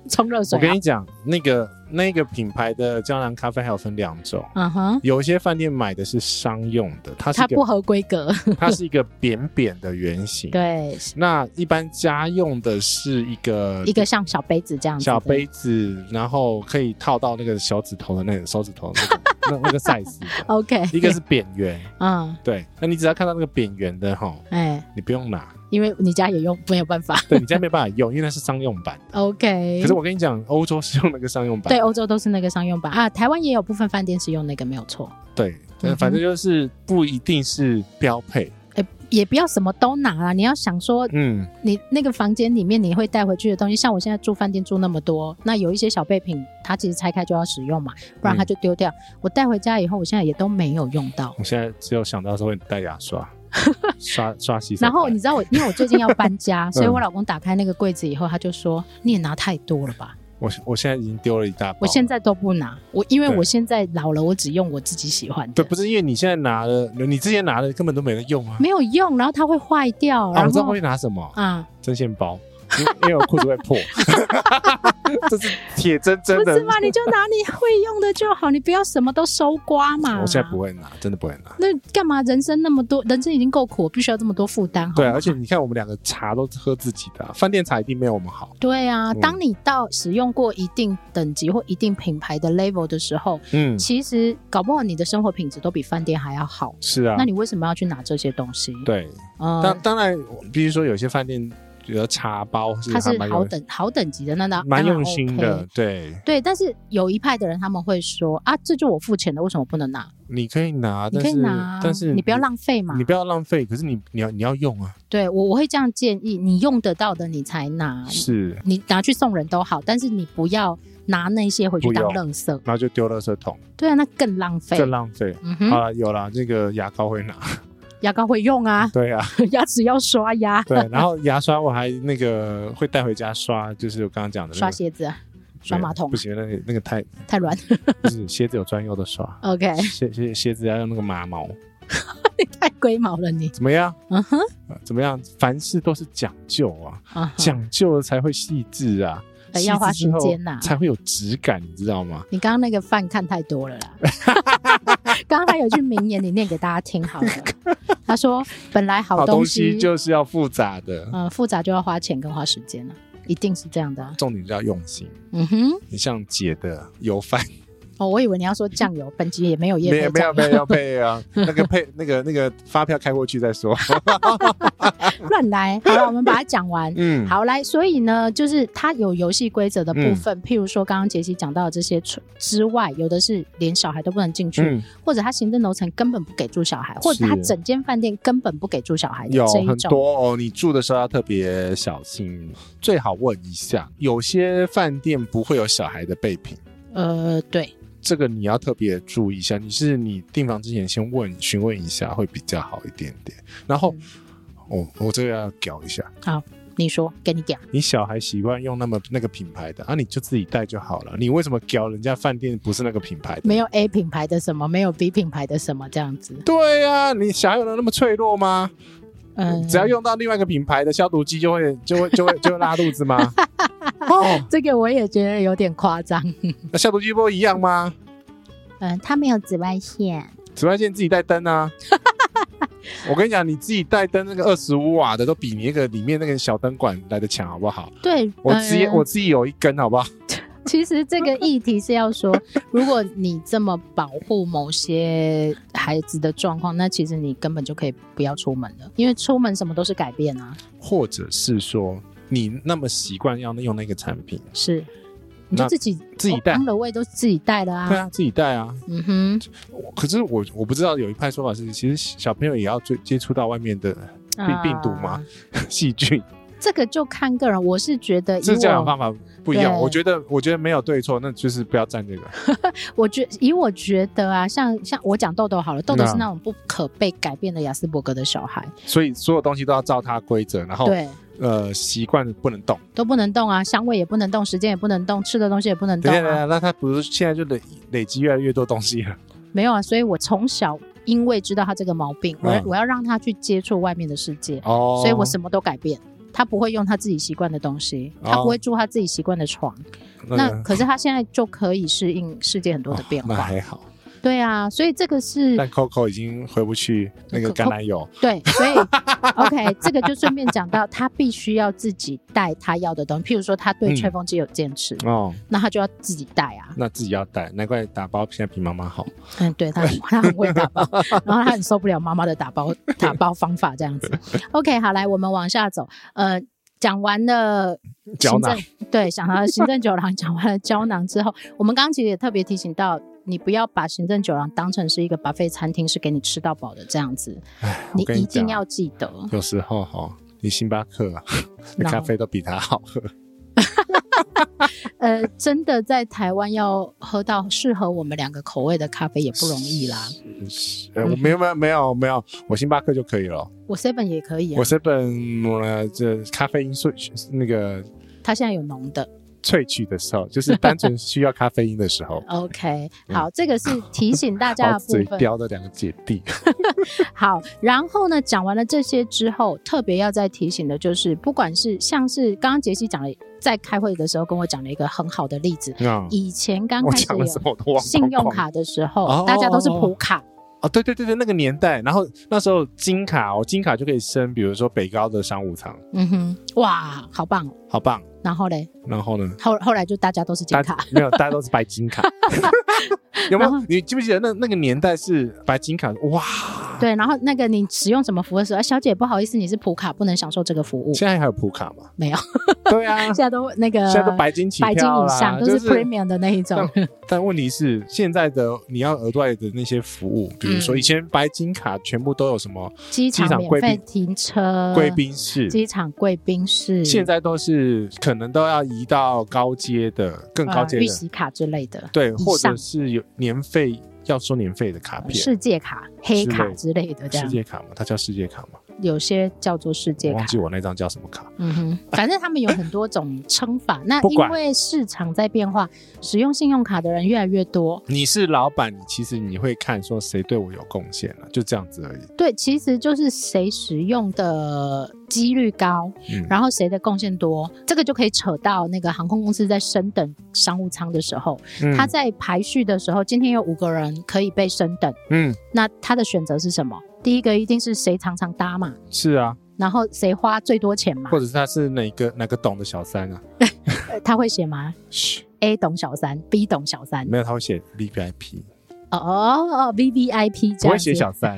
Speaker 2: 冲热水、
Speaker 3: 我跟
Speaker 2: 啊。
Speaker 3: 你讲，那个那个品牌的胶囊咖啡还有分两种，
Speaker 2: 嗯哼，
Speaker 3: 有些饭店买的是商用的，它是
Speaker 2: 它
Speaker 3: 一
Speaker 2: 不
Speaker 3: 个
Speaker 2: 合规格。
Speaker 3: 它是一个扁扁的圆形。
Speaker 2: 对，
Speaker 3: 那一般家用的是一个
Speaker 2: 一个像小杯子这样子。
Speaker 3: 呃小。杯子，然后可以套到那个小指头的那个手指头的那个那那个 size 的。
Speaker 2: OK。
Speaker 3: 一个是扁圆，
Speaker 2: 嗯，
Speaker 3: 对，那你只要看到那个扁圆的哈，
Speaker 2: 哎，
Speaker 3: 你不用拿，
Speaker 2: 因为你家也用没有办法。
Speaker 3: 对你家没办法用，因为那是商用 版。
Speaker 2: OK。
Speaker 3: 可是我跟你讲，欧洲是用那个商用版
Speaker 2: 对
Speaker 3: 的，
Speaker 2: 欧洲都是那个商用版啊，台湾也有部分饭店是用那个没有错。
Speaker 3: 对呃
Speaker 2: 嗯哼
Speaker 3: 对，反正就是不一定是标配。
Speaker 2: 哎，也不要什么都拿啊！你要想说，
Speaker 3: 嗯，
Speaker 2: 你那个房间里面你会带回去的东西，像我现在住饭店住那么多，那有一些小备品，它其实拆开就要使用嘛，不
Speaker 3: 嗯
Speaker 2: 然它就丢掉。我带回家以后，我现在也都没有用到。
Speaker 3: 我现在只有想到说会带牙 刷，刷刷洗手台。
Speaker 2: 然后你知道我，因为我最近要搬 家，所以
Speaker 3: 嗯
Speaker 2: 我老公打开那个柜子以后，他就说：“你也拿太多了吧
Speaker 3: 我我现在已经丢了一大包？”了。
Speaker 2: 我现在都不拿，我因为
Speaker 3: 对
Speaker 2: 我现在老了，我只用我自己喜欢的
Speaker 3: 对，，不是因为你现在拿了，你之前拿的根本都没得用啊。
Speaker 2: 没有用，然后它会坏掉，
Speaker 3: 啊，
Speaker 2: 然
Speaker 3: 我知道
Speaker 2: 后
Speaker 3: 会拿什么
Speaker 2: 啊，
Speaker 3: 针线包，因为因为我裤子会破。这是铁铮铮
Speaker 2: 不
Speaker 3: 的
Speaker 2: 是。嘛？你就拿你会用的就好，你不要什么都搜刮嘛。
Speaker 3: 我现在不。会拿，真的不会拿。
Speaker 2: 那干嘛人生那么多？人生已经够苦，必须要这么多负担？
Speaker 3: 对啊，
Speaker 2: 好吗
Speaker 3: 而且你看，我们两个茶都是喝自己的啊、饭店茶一定没有我们好。
Speaker 2: 对啊，
Speaker 3: 嗯
Speaker 2: 当你到使用过一定等级或一定品牌的 level 的时候，
Speaker 3: 嗯，
Speaker 2: 其实搞不好你的生活品质都比饭店还要好。
Speaker 3: 是啊
Speaker 2: 那，你为什么要去拿这些东西？，
Speaker 3: 对。
Speaker 2: 嗯
Speaker 3: 当，当然，比如说有些饭店，比如说茶包是
Speaker 2: 它
Speaker 3: 还
Speaker 2: 是
Speaker 3: 蛮
Speaker 2: 好
Speaker 3: 用
Speaker 2: 等好等级的，那那
Speaker 3: 蛮
Speaker 2: 当然
Speaker 3: 用心的
Speaker 2: OK。
Speaker 3: 对，
Speaker 2: 对，但是有一派的人他们会说啊，这就我付钱的，为什么不能拿？
Speaker 3: 你可以拿，
Speaker 2: 你
Speaker 3: 啊但
Speaker 2: 可以
Speaker 3: 是
Speaker 2: 拿啊，
Speaker 3: 但是
Speaker 2: 你不要浪费嘛
Speaker 3: 你。不要浪费，可是你你要你要用啊，
Speaker 2: 对我我会这样建议，你用得到啊的你才拿，
Speaker 3: 是，
Speaker 2: 你拿去送人都好，但是你不要拿那些回去
Speaker 3: 不
Speaker 2: 当
Speaker 3: 用
Speaker 2: 垃圾。
Speaker 3: 然后就丢垃圾桶，
Speaker 2: 对啊，那更浪费。
Speaker 3: 更浪费。
Speaker 2: 嗯啊
Speaker 3: 好
Speaker 2: 哼，
Speaker 3: 了，有了，这个牙膏会拿，
Speaker 2: 牙膏会用啊，
Speaker 3: 对啊，
Speaker 2: 牙齿要刷牙，
Speaker 3: 对，然后牙刷我还那个会带回家刷，就是我刚刚讲的那个
Speaker 2: 刷鞋子啊，刷马桶啊
Speaker 3: 不行，那个那个太
Speaker 2: 太软。，
Speaker 3: 不是鞋子有专用的刷
Speaker 2: OK，
Speaker 3: 鞋鞋鞋子要用那个马毛，
Speaker 2: 太龟毛了你。
Speaker 3: 怎么样？
Speaker 2: 嗯哼，
Speaker 3: 呃怎么样？凡事都是讲究啊，
Speaker 2: 啊哈
Speaker 3: 讲究了才会细致啊，
Speaker 2: 呃要花
Speaker 3: 细致之后
Speaker 2: 时间呐
Speaker 3: 才会有质感，你知道吗？
Speaker 2: 你刚刚那个饭看太多了啦。 刚刚他有一句名言，你念给大家听好了。他说：“本来好
Speaker 3: 好
Speaker 2: 东
Speaker 3: 东
Speaker 2: 西，
Speaker 3: 西就是要复杂的，
Speaker 2: 嗯、复杂就要花钱跟花时间了，一定是这样的、啊。
Speaker 3: 重点就要用心。”
Speaker 2: 嗯哼，
Speaker 3: 你像姐的油饭，
Speaker 2: 哦，我以为你要说酱油，本集 也没有叶
Speaker 3: 没有
Speaker 2: 配
Speaker 3: 没有
Speaker 2: 酱
Speaker 3: 没有配啊，那个 配那个那个发票开过去再说。
Speaker 2: 油，乱来。好了，我们把它讲完。
Speaker 3: 嗯，
Speaker 2: 好，来，所以呢，就是它有游戏规则的部分，譬如说刚刚杰西讲到的这些除之外，有的是连小孩都不能进去，
Speaker 3: 嗯，
Speaker 2: 或者他行政楼层根本不给住小孩，或者他整间饭店根本不给住小孩的
Speaker 3: 有
Speaker 2: 这一
Speaker 3: 很
Speaker 2: 种。
Speaker 3: 多哦，你住的时候要特别小心，最好问一下。有些饭店不会有小孩的备品，
Speaker 2: 呃，对，
Speaker 3: 这个你要特别注意一下。你是你订房之前先问询问一下会比较好一点点。然
Speaker 2: 嗯
Speaker 3: 后，哦，我这个要搞一下，
Speaker 2: 你说，给你讲，
Speaker 3: 你小孩习惯用那么那个品牌的，啊，你就自己带就好了。你为什么搞人家饭店不是那个品牌的？
Speaker 2: 没有 A 品牌的什么，没有 B 品牌的什么这样子。
Speaker 3: 对呀、你小孩有那么脆弱吗？
Speaker 2: 嗯、
Speaker 3: 只要用到另外一个品牌的消毒机，就会就会就会就会拉肚 子吗？哦，
Speaker 2: 这个我也觉得有点夸张。
Speaker 3: 那消毒机不都一样吗？
Speaker 2: 嗯，它没有紫外线。
Speaker 3: 紫外线自己带灯啊。我跟你讲，你自己带灯那个二十五瓦的，都比你那个里面那个小灯管来的强，好不好？
Speaker 2: 对，
Speaker 3: 我
Speaker 2: 呃
Speaker 3: 自己、我自己有一根，好不好？
Speaker 2: 其实这个议题是要说，如果你这么保护某些孩子的状况，那其实你根本就可以不要出门了，因为出门什么都是改变啊。
Speaker 3: 或者是说，你那么习惯要用那个产品，
Speaker 2: 是，你就
Speaker 3: 那
Speaker 2: 自己哦
Speaker 3: 自己带
Speaker 2: 当了位都自己带了
Speaker 3: 对
Speaker 2: 啊。
Speaker 3: 啊，自己带啊。
Speaker 2: 嗯哼，
Speaker 3: 我可是我我不知道有一派说法是，其实小朋友也要接接触到外面的病病毒 吗
Speaker 2: 啊
Speaker 3: 细菌，
Speaker 2: 这个就看个人，我是觉得以
Speaker 3: 这教养
Speaker 2: 我
Speaker 3: 方法不一样。
Speaker 2: 对
Speaker 3: 我觉得我觉得没有对错，那就是不要站这个。
Speaker 2: 我觉以我觉得啊，像像我讲豆豆好了，豆豆
Speaker 3: 那
Speaker 2: 是那种不可被改变的雅斯伯格的小孩，
Speaker 3: 所以所有东西都要照它规则，然后
Speaker 2: 对，
Speaker 3: 呃习惯不能动。
Speaker 2: 都不能动啊，香味也不能动，时间也不能动，吃的东西也不能动
Speaker 3: 等一下，等一
Speaker 2: 啊，
Speaker 3: 下，那他不是现在就累累积越来越多东西了？
Speaker 2: 没有啊，所以我从小因为知道他这个毛病，我、
Speaker 3: 嗯
Speaker 2: 我要让他去接触外面的世界，
Speaker 3: 哦
Speaker 2: 所以我什么都改变。他不会用他自己习惯的东西，他
Speaker 3: 哦
Speaker 2: 不会住他自己习惯的床，
Speaker 3: 那
Speaker 2: 那
Speaker 3: 个
Speaker 2: 可是他现在就可以适应世界很多的变
Speaker 3: 哦那
Speaker 2: 化，
Speaker 3: 还好，
Speaker 2: 对啊，所以这个是
Speaker 3: 但 Coco 已经回不去那个橄榄油，
Speaker 2: 对， 所以 OK，这个就顺便讲到，他必须要自己带他要的东西，譬如说他对
Speaker 3: 嗯
Speaker 2: 吹风机有坚持，
Speaker 3: 哦，
Speaker 2: 那他就要自己带啊，
Speaker 3: 那自己要带，难怪打包现在比妈妈好。
Speaker 2: 嗯，对他 很他很会打包，然后他很受不了妈妈的打包打包方法这样子。OK，好，来我们往下走，呃。讲完了
Speaker 3: 胶
Speaker 2: 行
Speaker 3: 囊
Speaker 2: 政，对，讲完了行政酒廊， 讲完了胶囊之后，我们刚刚其实也特别提醒到，你不要把行政酒廊当成是一个 buffet 餐厅，是给你吃到饱的这样子，
Speaker 3: 唉，
Speaker 2: 你
Speaker 3: 我跟
Speaker 2: 一
Speaker 3: 你讲啊
Speaker 2: 定，要记得。
Speaker 3: 有时候哈，你星巴克啊的
Speaker 2: 然后
Speaker 3: 咖啡都比它好喝。
Speaker 2: 呃，真的在台湾要喝到适合我们两个口味的咖啡也不容易啦。
Speaker 3: 呃
Speaker 2: 嗯
Speaker 3: 我没有没有没有没有，我星巴克就可以了。
Speaker 2: 我 seven 也可以、啊
Speaker 3: 我，这本呃这咖啡因萃那个
Speaker 2: 它现在有浓的，。
Speaker 3: 萃取的时候，就是单纯需要咖啡因的时候
Speaker 2: OK，好，这个是提醒 大家
Speaker 3: 嗯
Speaker 2: 的
Speaker 3: 好
Speaker 2: 部
Speaker 3: 嘴
Speaker 2: 分。
Speaker 3: 刁的两个姐弟，
Speaker 2: 好，然后呢，讲完了这些之后，特别要再提醒的就是，不管是像是刚刚杰西讲了，在开会的时候跟我讲了一个很好的例子，
Speaker 3: 啊，
Speaker 2: 以前刚
Speaker 3: 我
Speaker 2: 开始
Speaker 3: 讲的时
Speaker 2: 有
Speaker 3: 候我都忘光
Speaker 2: 信用
Speaker 3: 光
Speaker 2: 卡的时
Speaker 3: 哦
Speaker 2: 候，大家都是普卡，
Speaker 3: 哦，对对对对，那个年代，然后那时候金卡哦，金卡就可以升，比如说北高的商务舱，
Speaker 2: 嗯哼，哇，好棒哦！
Speaker 3: 好棒。
Speaker 2: 然后嘞，
Speaker 3: 然后呢，
Speaker 2: 后后来就大家都是金
Speaker 3: 大
Speaker 2: 卡，
Speaker 3: 没有，大家都是白 金卡，有没
Speaker 2: 然
Speaker 3: 有
Speaker 2: 后？
Speaker 3: 你记不记得那那个年代是白金卡？哇，
Speaker 2: 对，然后那个你使用什么服务的时候，啊小姐不好意思，你是普卡，不能享受这个服务，
Speaker 3: 现在还有普卡吗？
Speaker 2: 没有，
Speaker 3: 对啊，
Speaker 2: 现在都那个
Speaker 3: 现在都白金起
Speaker 2: 白金
Speaker 3: 跳
Speaker 2: 以
Speaker 3: 啦
Speaker 2: 上，都
Speaker 3: 就是
Speaker 2: premium 的那一种，
Speaker 3: 但问题是，现在的你要额外的那些服务，比如说
Speaker 2: 嗯
Speaker 3: 以前白金卡全部都有什么
Speaker 2: 机
Speaker 3: 机场
Speaker 2: 免
Speaker 3: 贵
Speaker 2: 费
Speaker 3: 宾
Speaker 2: 停车，
Speaker 3: 贵宾室，
Speaker 2: 机场贵宾室，
Speaker 3: 现在都是可能都要移到高阶的、更高阶
Speaker 2: 呃、预
Speaker 3: 的，
Speaker 2: 习卡之类的，
Speaker 3: 对，
Speaker 2: 以
Speaker 3: 或者
Speaker 2: 上
Speaker 3: 是有年费要收年费的卡片，
Speaker 2: 世界卡、黑卡之类的，这
Speaker 3: 世
Speaker 2: 样
Speaker 3: 界卡嘛，它叫世界卡嘛，
Speaker 2: 有些叫做世
Speaker 3: 我
Speaker 2: 界
Speaker 3: 忘
Speaker 2: 卡。
Speaker 3: 记我那张叫什么卡。
Speaker 2: 嗯哼，反正他们有很多种称 法。那
Speaker 3: 不
Speaker 2: 因
Speaker 3: 管
Speaker 2: 为市场在变化，使用信用卡的人越来越多。
Speaker 3: 你是老板，你其实你会看说谁对我有贡献了、就这样子而已。
Speaker 2: 对，其实就是谁使用的几率高，
Speaker 3: 嗯
Speaker 2: 然后谁的贡献多，这个就可以扯到那个航空公司在升等商务舱的时候，
Speaker 3: 嗯
Speaker 2: 他在排序的时候，今天有五个人可以被升等，
Speaker 3: 嗯
Speaker 2: 那他的选择是什么？第一个一定是谁常常搭嘛，
Speaker 3: 是啊，
Speaker 2: 然后谁花最多钱嘛？
Speaker 3: 或者是他是哪个哪个懂的小三啊？
Speaker 2: 呃他会写吗
Speaker 3: 嘘，
Speaker 2: ？A 懂小三，B 懂小三，
Speaker 3: 没有，他会写 V V I P，
Speaker 2: 哦哦哦，V V I P 这
Speaker 3: 不
Speaker 2: 样
Speaker 3: 会写
Speaker 2: 子。
Speaker 3: 小三，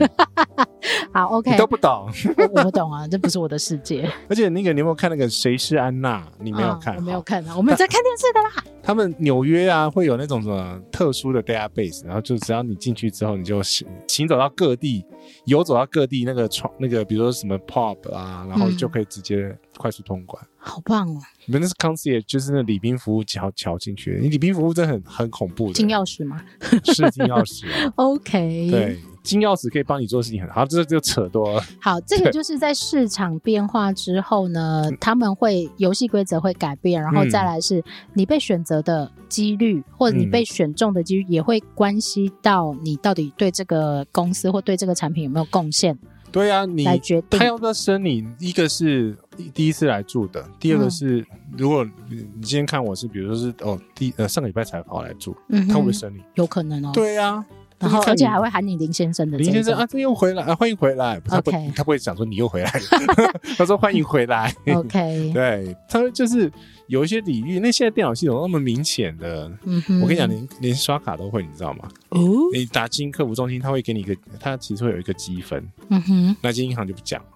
Speaker 2: 好
Speaker 3: 你
Speaker 2: ，OK，
Speaker 3: 都不懂。
Speaker 2: 我我不懂啊，这不是我的世界。
Speaker 3: 而且那个你有没有看那个《谁是安娜》？ 你没有看？
Speaker 2: 嗯我没有
Speaker 3: 好。
Speaker 2: 看啊，我们有在看电视的啦。
Speaker 3: 他们纽约啊，会有那种什么特殊的 database，然后就只要你进去之后，你就行行走到各地，游走到各地那个窗那个，比如说什么 pub 啊，然后
Speaker 2: 嗯
Speaker 3: 就可以直接快速通关。
Speaker 2: 好棒哦，
Speaker 3: 你们那是 concierge，就是那礼宾服务桥桥进去的，你礼宾服务真的很很恐怖的，
Speaker 2: 金钥匙吗
Speaker 3: 是金钥匙 啊、
Speaker 2: ？OK，
Speaker 3: 对，金钥匙可以帮你做的事情很好，这就扯多了。
Speaker 2: 好，这个
Speaker 3: 对
Speaker 2: 就是在市场变化之后呢，他们会游戏规则会改变，然后
Speaker 3: 嗯
Speaker 2: 再来是你被选择的几率，或者你
Speaker 3: 嗯
Speaker 2: 被选中的几率，也会关系到你到底对这个公司或对这个产品有没有贡献
Speaker 3: 对啊，你
Speaker 2: 来决定
Speaker 3: 他。要不要生你？一个是第一次来住的，第
Speaker 2: 嗯
Speaker 3: 二个是、如果你你今天看我是，比如说是哦，第呃上个礼拜才跑来住，
Speaker 2: 嗯
Speaker 3: 他会不会
Speaker 2: 哼，
Speaker 3: 生你？
Speaker 2: 有可能哦。
Speaker 3: 对呀、啊，
Speaker 2: 然后
Speaker 3: 就是看
Speaker 2: 而且
Speaker 3: 你
Speaker 2: 还会喊你林先生的这一
Speaker 3: 林
Speaker 2: 种。
Speaker 3: 先生啊，这又回来啊，欢迎回来，他不
Speaker 2: OK
Speaker 3: 他不会想说你又回来了， 他说欢迎回 来。
Speaker 2: OK，
Speaker 3: 对，他就是有一些礼遇，那现在电脑系统那么明显的，
Speaker 2: 嗯哼，
Speaker 3: 我跟你讲，连连刷卡都会，你知道吗？
Speaker 2: 哦，
Speaker 3: 你打进客服中心，他会给你一个，他其实会有一个积分，
Speaker 2: 嗯哼，
Speaker 3: 那些银行就不讲了。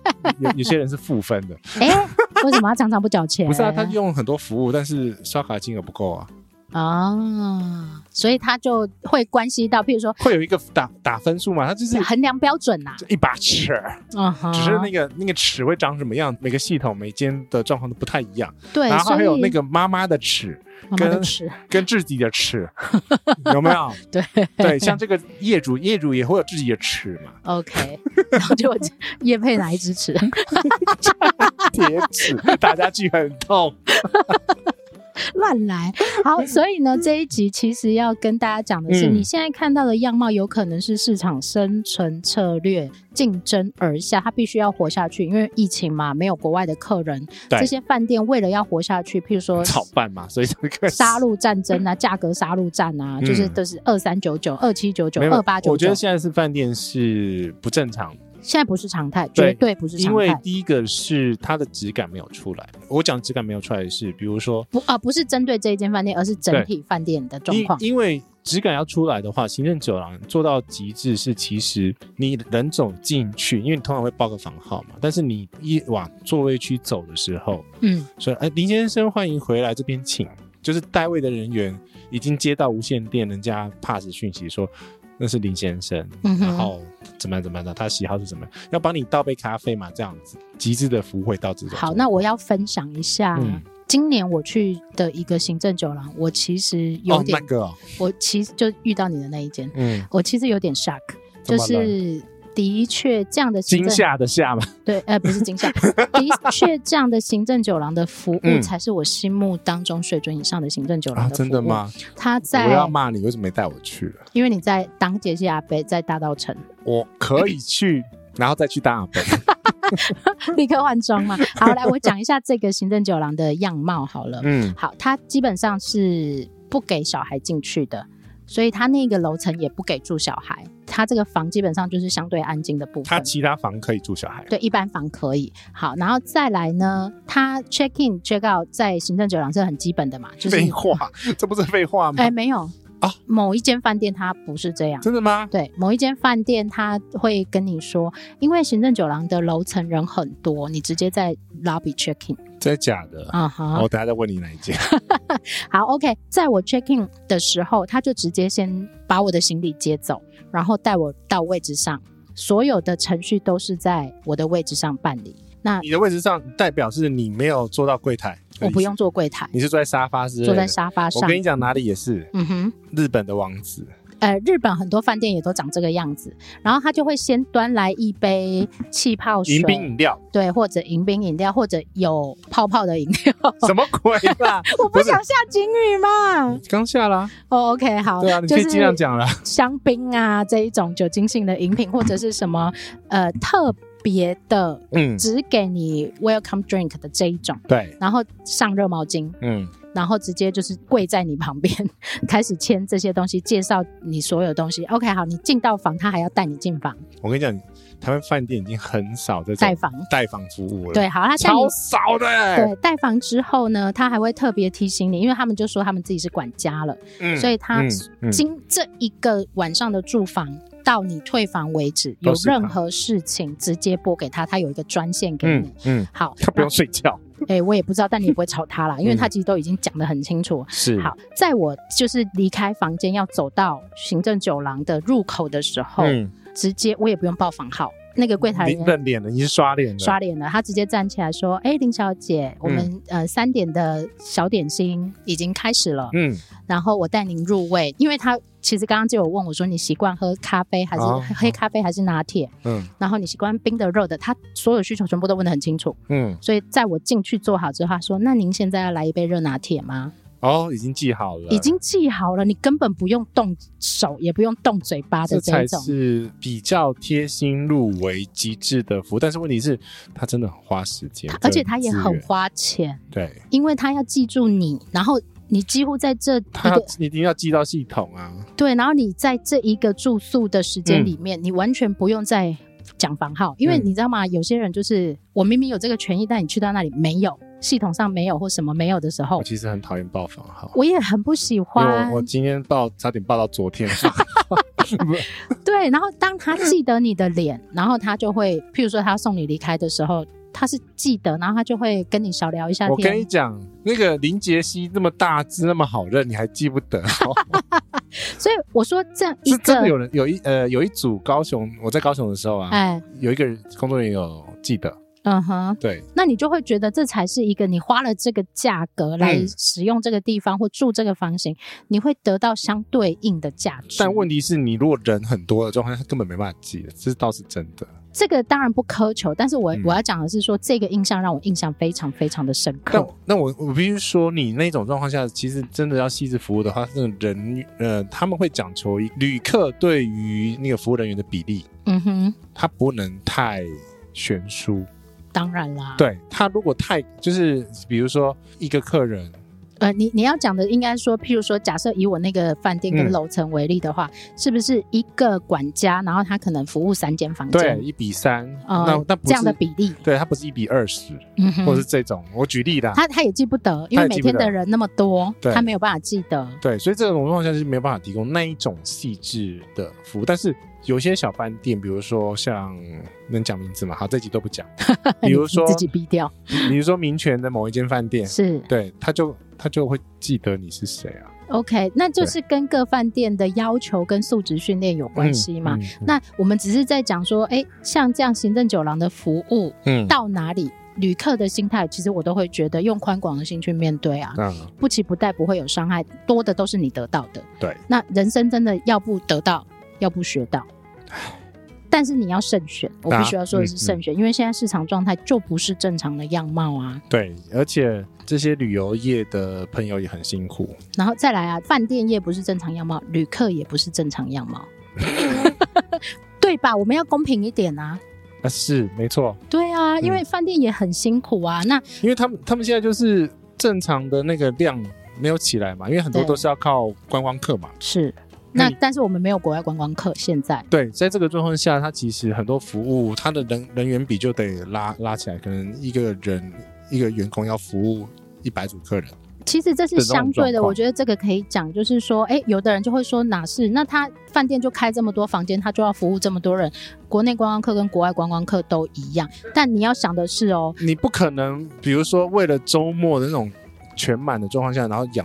Speaker 3: 有有些人是负分的，
Speaker 2: 哎、为什么他常常不缴钱？
Speaker 3: 不是啊，他用很多服务，但是刷卡金额不够啊，
Speaker 2: 啊，所以他就会关系到，譬如说
Speaker 3: 会有一个打打分数嘛，它就是
Speaker 2: 衡量标准呐、
Speaker 3: 一把尺，
Speaker 2: 啊，哈
Speaker 3: 只是那个那个尺会长什么样，每个系统每间的状况都不太一样，
Speaker 2: 对，
Speaker 3: 然后
Speaker 2: 所
Speaker 3: 还
Speaker 2: 以
Speaker 3: 有那个妈妈的尺
Speaker 2: 妈妈的
Speaker 3: 跟
Speaker 2: 吃，
Speaker 3: 跟自己的尺，有没有？
Speaker 2: 对
Speaker 3: 对，像这个业主，业主也会有自己的尺嘛，
Speaker 2: OK，然后就叶配哪一支尺？
Speaker 3: 铁尺， 打下去很痛。
Speaker 2: 乱来。好，所以呢，这一集其实要跟大家讲的是，
Speaker 3: 嗯
Speaker 2: 你现在看到的样貌有可能是市场生存策略竞争而下，它必须要活下去，因为疫情嘛，没有国外的客人，
Speaker 3: 对
Speaker 2: 这些饭店为了要活下去，譬如说
Speaker 3: 炒饭嘛，所以这个
Speaker 2: 杀戮战争 啊，价格杀戮战啊，
Speaker 3: 嗯
Speaker 2: 就是都是二三九九、二七九九、
Speaker 3: 没有
Speaker 2: 二八九
Speaker 3: 我觉
Speaker 2: 九
Speaker 3: 得，现在是饭店是不正常的，
Speaker 2: 现在不是常态，
Speaker 3: 对
Speaker 2: 绝对不是
Speaker 3: 因
Speaker 2: 常
Speaker 3: 为
Speaker 2: 态。
Speaker 3: 第一个是它的质感没有出来。我讲质感没有出来的是，比如说
Speaker 2: 不啊、不是针对这一间饭店，而是整
Speaker 3: 对
Speaker 2: 体饭店的状
Speaker 3: 因
Speaker 2: 况。
Speaker 3: 因为质感要出来的话，行政酒廊做到极致是，其实你人走进去，因为你通常会报个房号嘛，但是你一往座位区走的时候，
Speaker 2: 嗯，
Speaker 3: 说哎，林先生欢迎回来，这边请。就是代位的人员已经接到无线电人家 pass 讯息说那是林先生，
Speaker 2: 嗯哼
Speaker 3: 然后怎么样怎么样的，他喜好是什么样，要帮你倒杯咖啡嘛，这样子极致的服务会到这种。
Speaker 2: 好，那我要分享一下。
Speaker 3: 嗯
Speaker 2: 今年我去的一个行政酒廊，我其实有
Speaker 3: 哦
Speaker 2: 点，
Speaker 3: 那个哦，
Speaker 2: 我其实就遇到你的那一间，
Speaker 3: 嗯，
Speaker 2: 我其实有点 shock，
Speaker 3: 怎
Speaker 2: 就
Speaker 3: 么了
Speaker 2: 是的确这样的行
Speaker 3: 惊
Speaker 2: 政
Speaker 3: 吓的吓嘛，
Speaker 2: 对，呃，不是惊 吓，的确这样的行政酒廊的服务
Speaker 3: 嗯
Speaker 2: 才是我心目当中水准以上的行政酒廊
Speaker 3: 啊，
Speaker 2: 的服务。
Speaker 3: 真的？吗？
Speaker 2: 他
Speaker 3: 我要
Speaker 2: 在，
Speaker 3: 骂你，为什么没带我去了？
Speaker 2: 因为你在当杰西阿贝，在大道城，
Speaker 3: 我可以去，然后再去大本。
Speaker 2: 立刻换装 嘛。好，来我讲一下这个行政酒廊的样貌好了。
Speaker 3: 嗯，
Speaker 2: 好，它基本上是不给小孩进去的，所以它那个楼层也不给住小孩。它这个房基本上就是相对安静的部
Speaker 3: 他
Speaker 2: 分。
Speaker 3: 其他房可以住小孩。
Speaker 2: 对，一般房可以。好，然后再来呢，它 check in check out 在行政酒廊是很基本的嘛，就是
Speaker 3: 废话，这不是废话吗
Speaker 2: 哎、？没有
Speaker 3: 啊，
Speaker 2: 某一间饭店它不是这样。
Speaker 3: 真的吗？
Speaker 2: 对，某一间饭店它会跟你说，因为行政酒廊的楼层人很多，你直接在 lobby check in。
Speaker 3: 真的假的？哦
Speaker 2: 啊哈，
Speaker 3: 我等下再问你哪一间。
Speaker 2: 好，OK，在我 check in 的时候，他就直接先把我的行李接走，然后带我到位置上，所有的程序都是在我的位置上办理。那
Speaker 3: 你的位置上代表是你没有坐到柜台，
Speaker 2: 我不用，坐柜台，
Speaker 3: 哎你是坐在沙发之类的
Speaker 2: 坐在沙发
Speaker 3: 我
Speaker 2: 上
Speaker 3: 跟。你讲，哪里也是
Speaker 2: 嗯哼，
Speaker 3: 日本的王子，
Speaker 2: 呃，日本很多饭店也都长这个样子，然后他就会先端来一杯气泡水，
Speaker 3: 迎宾饮料，
Speaker 2: 对，或者迎宾饮料，或者有泡泡的饮 料。
Speaker 3: 什么鬼啦？
Speaker 2: 哦 我不
Speaker 3: 不是
Speaker 2: 想下警语嘛。
Speaker 3: 刚下啦，
Speaker 2: 哦、o k 好，
Speaker 3: 对啊，你
Speaker 2: 就
Speaker 3: 可以
Speaker 2: 是
Speaker 3: 尽量讲啦。
Speaker 2: 香槟啊这一种酒精性的饮品，或者是什么呃特别的，
Speaker 3: 嗯，
Speaker 2: 只给你 welcome drink 的这一种，
Speaker 3: 对，
Speaker 2: 然后上热毛巾，
Speaker 3: 嗯，
Speaker 2: 然后直接就是跪在你旁边 开始签这些东西，介绍你所有东西。OK，好，你进到房，他还要带你进房
Speaker 3: 我跟你讲，台湾饭店已经很少这
Speaker 2: 带
Speaker 3: 种
Speaker 2: 房。
Speaker 3: 代访服务了，
Speaker 2: 对，，好，他带你
Speaker 3: 超少的欸，
Speaker 2: 对带房之后呢，他还会特别提醒你，因为他们就说他们自己是管家了。
Speaker 3: 嗯
Speaker 2: 所以他
Speaker 3: 嗯嗯
Speaker 2: 经这一个晚上的住房到你退房为止，有
Speaker 3: 都是他
Speaker 2: 任何事情直接拨给他，他有一个专线给你
Speaker 3: 嗯。嗯，
Speaker 2: 好，
Speaker 3: 他不用睡觉，
Speaker 2: 哎、我也不知道，但你也不会吵他 啦，因为
Speaker 3: 嗯
Speaker 2: 他其实都已经讲得很清楚。
Speaker 3: 是
Speaker 2: 好，在我就是离开房间要走到行政走廊的入口的时候，
Speaker 3: 嗯，
Speaker 2: 直接我也不用报房号，那个柜台
Speaker 3: 你
Speaker 2: 人员
Speaker 3: 认脸了，你是刷脸了，
Speaker 2: 刷脸了，他直接站起来说：“哎、林小姐，我们、呃三点的小点心已经开始了。”
Speaker 3: 嗯，
Speaker 2: 然后我带您入味，因为他其实刚刚就有问我说你习惯喝咖啡还是、
Speaker 3: 哦
Speaker 2: 黑咖啡还是拿铁，
Speaker 3: 嗯
Speaker 2: 然后你习惯冰的热的，他所有需求全部都问得很清楚。
Speaker 3: 嗯，
Speaker 2: 所以在我进去做好之后，他说：“那您现在要来一杯热拿铁吗？”
Speaker 3: 哦，已经记好了，
Speaker 2: 已经记好了，你根本不用动手，也不用动嘴巴的
Speaker 3: 这
Speaker 2: 这
Speaker 3: 才
Speaker 2: 一种。
Speaker 3: 是比较贴心入微极致的服务。但是问题是，他真的很花时间，
Speaker 2: 而且他也
Speaker 3: 真的资
Speaker 2: 很
Speaker 3: 源
Speaker 2: 花钱，
Speaker 3: 对，
Speaker 2: 因为他要记住你，然后你几乎在这一
Speaker 3: 他
Speaker 2: 个
Speaker 3: 一定要记到系统啊。
Speaker 2: 对，然后你在这一个住宿的时间
Speaker 3: 嗯
Speaker 2: 里面，你完全不用再讲房号，因为
Speaker 3: 嗯
Speaker 2: 你知道吗？有些人就是我明明有这个权益，但你去到那里没有，系统上没有或什么没有的时候
Speaker 3: 我，其实很讨厌报房号，
Speaker 2: 我也很不喜
Speaker 3: 因
Speaker 2: 欢
Speaker 3: 为我。我今天报差点报到昨天，
Speaker 2: 对，然后当他记得你的脸，然后他就会，譬如说他送你离开的时候，他是记得，然后他就会跟你小聊一下
Speaker 3: 我跟你
Speaker 2: 天。
Speaker 3: 讲，那个林杰西那么大只，那么好认，你还记不得、
Speaker 2: 所以我说这样 一
Speaker 3: 是真的
Speaker 2: 个，
Speaker 3: 有人有一呃有一组高雄，我在高雄的时候啊，
Speaker 2: 哎，
Speaker 3: 有一个人工作人员有记得，
Speaker 2: 嗯哼，
Speaker 3: 对，
Speaker 2: 那你就会觉得这才是一个你花了这个价格来
Speaker 3: 嗯
Speaker 2: 使用这个地方或住这个房型，你会得到相对应的价值。
Speaker 3: 但问题是你如果人很多的状况，他根本没办法记得，这倒是真的。
Speaker 2: 这个当然不苛求，但是我、
Speaker 3: 嗯
Speaker 2: 我要讲的是说，这个印象让我印象非常非常的深刻
Speaker 3: 那。那我我必须说，你那种状况下，其实真的要细致服务的话，那个人呃，他们会讲求一旅客对于那个服务人员的比例，
Speaker 2: 嗯哼，
Speaker 3: 他不能太悬殊。
Speaker 2: 当然啦。，
Speaker 3: 对他如果太就是，比如说一个客人，
Speaker 2: 呃，你你要讲的应该说，譬如说，假设以我那个饭店跟
Speaker 3: 嗯
Speaker 2: 楼层为例的话，是不是一个管家，然后他可能服务三间房
Speaker 3: 对
Speaker 2: 间？
Speaker 3: 一比三、
Speaker 2: 呃
Speaker 3: 那那不
Speaker 2: 这样的
Speaker 3: 是
Speaker 2: 比例，
Speaker 3: 对他不是一比二十、
Speaker 2: 嗯
Speaker 3: 或者
Speaker 2: 哼
Speaker 3: 是，这种。我举例啦，
Speaker 2: 他他也记不得，因为
Speaker 3: 他也
Speaker 2: 每
Speaker 3: 记不
Speaker 2: 天
Speaker 3: 得
Speaker 2: 的人那么多，
Speaker 3: 对
Speaker 2: 他没有办法记得。
Speaker 3: 对，所以这种状况下是没有办法提供那一种细致的服务。但是有些小饭店，比如说像能讲名字吗？好，这集都 不讲。比如说
Speaker 2: 你自己逼掉，
Speaker 3: 比如说民权的某一间饭店，
Speaker 2: 是
Speaker 3: 对，他就他就会记得你是谁啊，
Speaker 2: OK，那就是跟各饭店的要求跟素质训练有关系嘛。
Speaker 3: 嗯？嗯
Speaker 2: 那我们只是在讲说，哎，像这样行政酒廊的服务
Speaker 3: 嗯
Speaker 2: 到哪里，旅客的心态，其实我都会觉得用宽广的心去面对啊，
Speaker 3: 嗯
Speaker 2: 不期不待不会有伤害，多的都是你得到的。
Speaker 3: 对，
Speaker 2: 那人生真的要不得到，要不学到。 但是你要慎选，我
Speaker 3: 大
Speaker 2: 必
Speaker 3: 家
Speaker 2: 须要说的是
Speaker 3: 嗯
Speaker 2: 慎选，因为现在市场状态就不是正常的样貌啊。
Speaker 3: 对，而且这些旅游业的朋友也很辛苦，
Speaker 2: 然后再来啊，饭店业不是正常样貌，旅客也不是正常样 貌，对吧？我们要公平一点啊。
Speaker 3: 啊，是没错，
Speaker 2: 对啊，因为饭店也很辛苦啊。那
Speaker 3: 因为他们他们现在就是正常的那个量没有起来嘛，因为很多
Speaker 2: 对
Speaker 3: 都是要靠观光客嘛。
Speaker 2: 是那，
Speaker 3: 嗯
Speaker 2: 但是我们没有国外观光客，现在
Speaker 3: 对，在这个状况下，它其实很多服务，它的人人员比就得拉拉起来，可能一个人一个员工要服务一百组客人。
Speaker 2: 其实这是相对
Speaker 3: 这种状
Speaker 2: 的，
Speaker 3: 况
Speaker 2: 我觉得这个可以讲，就是说，哎，有的人就会说哪是？那他饭店就开这么多房间，他就要服务这么多人，国内观光客跟国外观光客都一样。但你要想的是哦，
Speaker 3: 你不可能，比如说为了周末的那种全满的状况下，然后养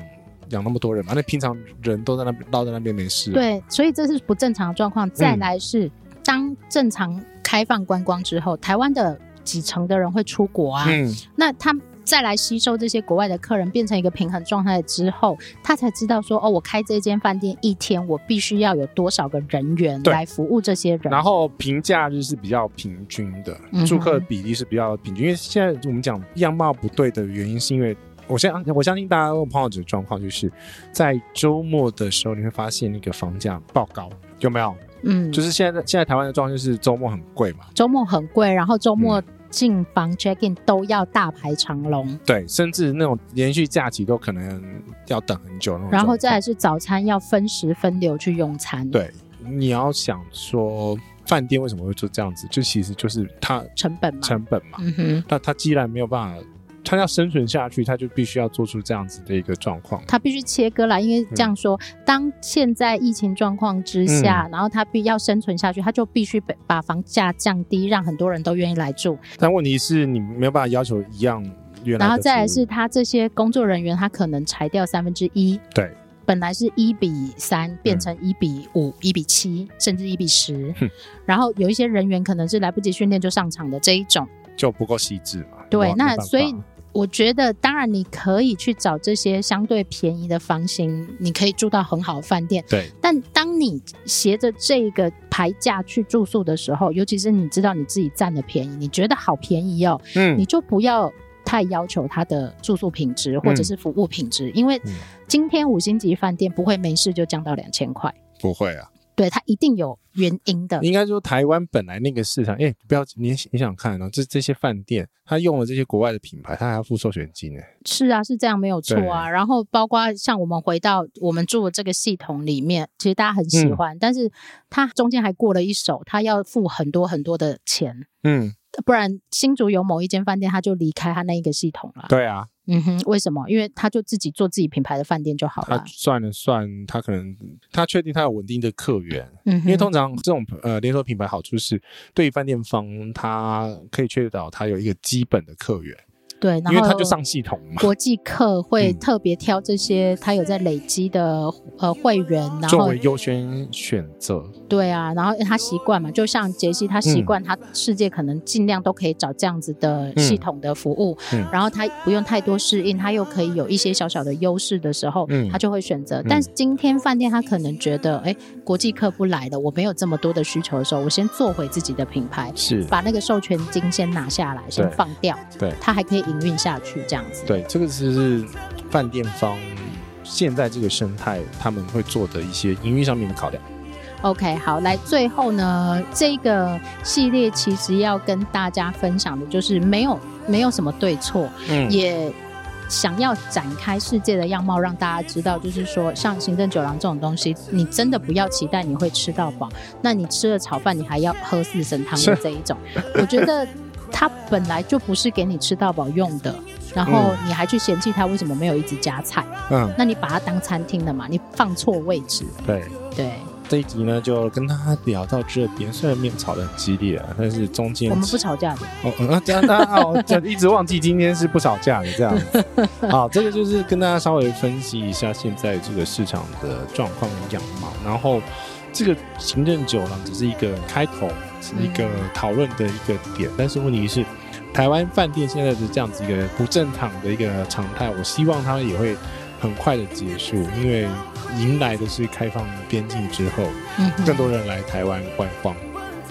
Speaker 3: 养那么多人嘛？那平常人都在那边绕在那边没事、，啊
Speaker 2: 对，啊所以这是不正常的状况。
Speaker 3: 嗯
Speaker 2: 再来是，当正常开放观光之后，台湾的几成的人会出国啊，
Speaker 3: 嗯，
Speaker 2: 那他再来吸收这些国外的客人，变成一个平衡状态之后，他才知道说，哦，我开这间饭店一天，我必须要有多少个人员
Speaker 3: 对
Speaker 2: 来服务这些人
Speaker 3: 然。后平假日是比较平均的
Speaker 2: 嗯，哼
Speaker 3: 住客比例是比较平均。因为现在我们讲样貌不对的原因，是因为我相我相信大家都有碰到这个状况，就是在周末的时候，你会发现那个房价爆高，有没有？
Speaker 2: 嗯，
Speaker 3: 就是现在现在台湾的状况就是周末很贵嘛，
Speaker 2: 周末很贵，然后周末进房 check in 都要大排长龙，
Speaker 3: 对，甚至那种连续假期都可能要等很久那种状况。
Speaker 2: 然后再来是早餐要分时分流去用餐，，
Speaker 3: 对，你要想说饭店为什么会做这样子，就其实就是它
Speaker 2: 成本嘛，
Speaker 3: 成本嘛。
Speaker 2: 嗯哼，
Speaker 3: 那它既然没有办法，它要生存下去，它就必须要做出这样子的一个状况。
Speaker 2: 他必须切割啦，因为
Speaker 3: 嗯
Speaker 2: 这样说，当现在疫情状况之下，
Speaker 3: 嗯
Speaker 2: 然后他必要生存下去，他就必须把把房价降低，让很多人都愿意来住，
Speaker 3: 但问题是你没有办法要求一样原来的服务，
Speaker 2: 然后再来是他这些工作人员，他可能裁掉三分之一，
Speaker 3: 对，嗯
Speaker 2: 本来是一比三变成一比五、一比七，甚至一比十
Speaker 3: 哼，
Speaker 2: 然后有一些人员可能是来不及训练就上场的这一种。
Speaker 3: 就不够细致嘛。
Speaker 2: 对
Speaker 3: 哇
Speaker 2: 那
Speaker 3: 没办法
Speaker 2: 所以我觉得，当然你可以去找这些相对便宜的房型，你可以住到很好的饭店。
Speaker 3: 对，
Speaker 2: 但当你携着这个牌价去住宿的时候，尤其是你知道你自己占的便宜，你觉得好便宜哦，你
Speaker 3: 嗯，
Speaker 2: 就不要太要求它的住宿品质或者是服务品质，因为
Speaker 3: 嗯
Speaker 2: 今天五星级饭店不会没事就降到两千块，
Speaker 3: 不会啊，
Speaker 2: 对，它一定有原因的。
Speaker 3: 应该说台湾本来那个市场，哎、不要你你想看哦，这这些饭店，他用了这些国外的品牌，他还要付授权金哎呢。
Speaker 2: 是啊，是这样没有错啊。然后包括像我们回到我们住的这个系统里面，其实大家很喜
Speaker 3: 嗯
Speaker 2: 欢，但是它中间还过了一手，它要付很多很多的钱，
Speaker 3: 嗯，
Speaker 2: 不然新竹有某一间饭店，它就离开它那一个系统了。
Speaker 3: 对啊，
Speaker 2: 嗯哼，为什么？因为它就自己做自己品牌的饭店就好
Speaker 3: 他
Speaker 2: 了。
Speaker 3: 算了算，他可能他确定他有稳定的客源，
Speaker 2: 嗯哼，
Speaker 3: 因为通常这种呃连锁品牌好处是，对于饭店方，它可以确保它有一个基本的客源，
Speaker 2: 对，然
Speaker 3: 因为
Speaker 2: 后
Speaker 3: 它就上系统嘛，
Speaker 2: 国际客会
Speaker 3: 嗯
Speaker 2: 特别挑这些他有在累积的呃会员，然
Speaker 3: 作
Speaker 2: 后
Speaker 3: 为优先选择。
Speaker 2: 对啊，然后他习惯嘛，就像杰西，他
Speaker 3: 嗯
Speaker 2: 习惯他世界可能尽量都可以找这样子的系统的服务，
Speaker 3: 嗯
Speaker 2: 然后他不用太多适应，他又可以有一些小小的优势的时候，
Speaker 3: 嗯
Speaker 2: 他就会选择。但是今天饭店他可能觉得，哎，国际客不来了，我没有这么多的需求的时候，我先做回自己的品牌，
Speaker 3: 是
Speaker 2: 把那个授权金先拿下来，先放掉，
Speaker 3: 对
Speaker 2: 他还可以营运下去这样子。
Speaker 3: 对，这个是饭店方现在这个生态他们会做的一些营运上面的考量。
Speaker 2: OK，好，来最后呢，这个系列其实要跟大家分享的就是没有没有什么对错，
Speaker 3: 嗯
Speaker 2: 也想要展开世界的样貌，让大家知道，就是说像行政酒廊这种东西，你真的不要期待你会吃到饱，那你吃了炒饭，你还要喝四神汤的这一种，我觉得它本来就不是给你吃到饱用的。然后你还去嫌弃它为什么没有一直加菜？
Speaker 3: 嗯，
Speaker 2: 那你把它当餐厅了嘛？你放错位置，
Speaker 3: 对。
Speaker 2: 对。
Speaker 3: 这一集呢，就跟他聊到这边，虽然面吵得很激烈啊，但是中间
Speaker 2: 我们不吵架的。
Speaker 3: 哦，嗯啊这样大家哦，就一直忘记今天是不吵架的这样子。好，这个就是跟大家稍微分析一下现在这个市场的状况与样貌，然后这个行政酒廊只是一个开头，是一个讨论的一个点，但是问题是。台湾饭店现在的这样子一个不正常的一个常态，我希望它也会很快的结束，因为迎来的是开放边境之后，
Speaker 2: 嗯哼
Speaker 3: 更多人来台湾观光。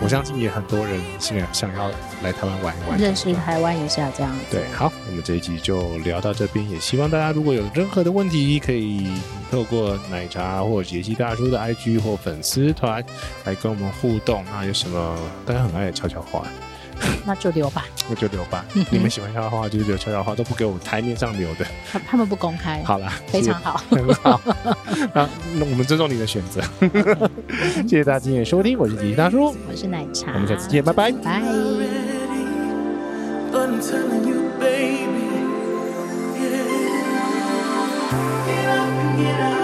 Speaker 3: 我相信也很多人现在想要来台湾玩一玩，
Speaker 2: 认识台湾一下这样。
Speaker 3: 对，好，我们这一集就聊到这边，也希望大家如果有任何的问题，可以透过奶茶或杰西大叔的 IG 或粉丝团来跟我们互动。那有什么大家很爱的悄悄话，
Speaker 2: 那就留吧，
Speaker 3: 我就留吧。
Speaker 2: 嗯哼
Speaker 3: 你们喜欢悄悄话就是留悄悄话，都不给我台面上留的。
Speaker 2: 他他们不公开，
Speaker 3: 好啦，
Speaker 2: 非常好。
Speaker 3: 谢谢很好。啊，那我们尊重你的选择。 谢谢大家今天的收听，我是杰西大叔，
Speaker 2: 我是奶茶，
Speaker 3: 我们下次见，拜拜。
Speaker 2: 拜。
Speaker 6: already, but I'm telling you, baby, yeah. Get up and get out.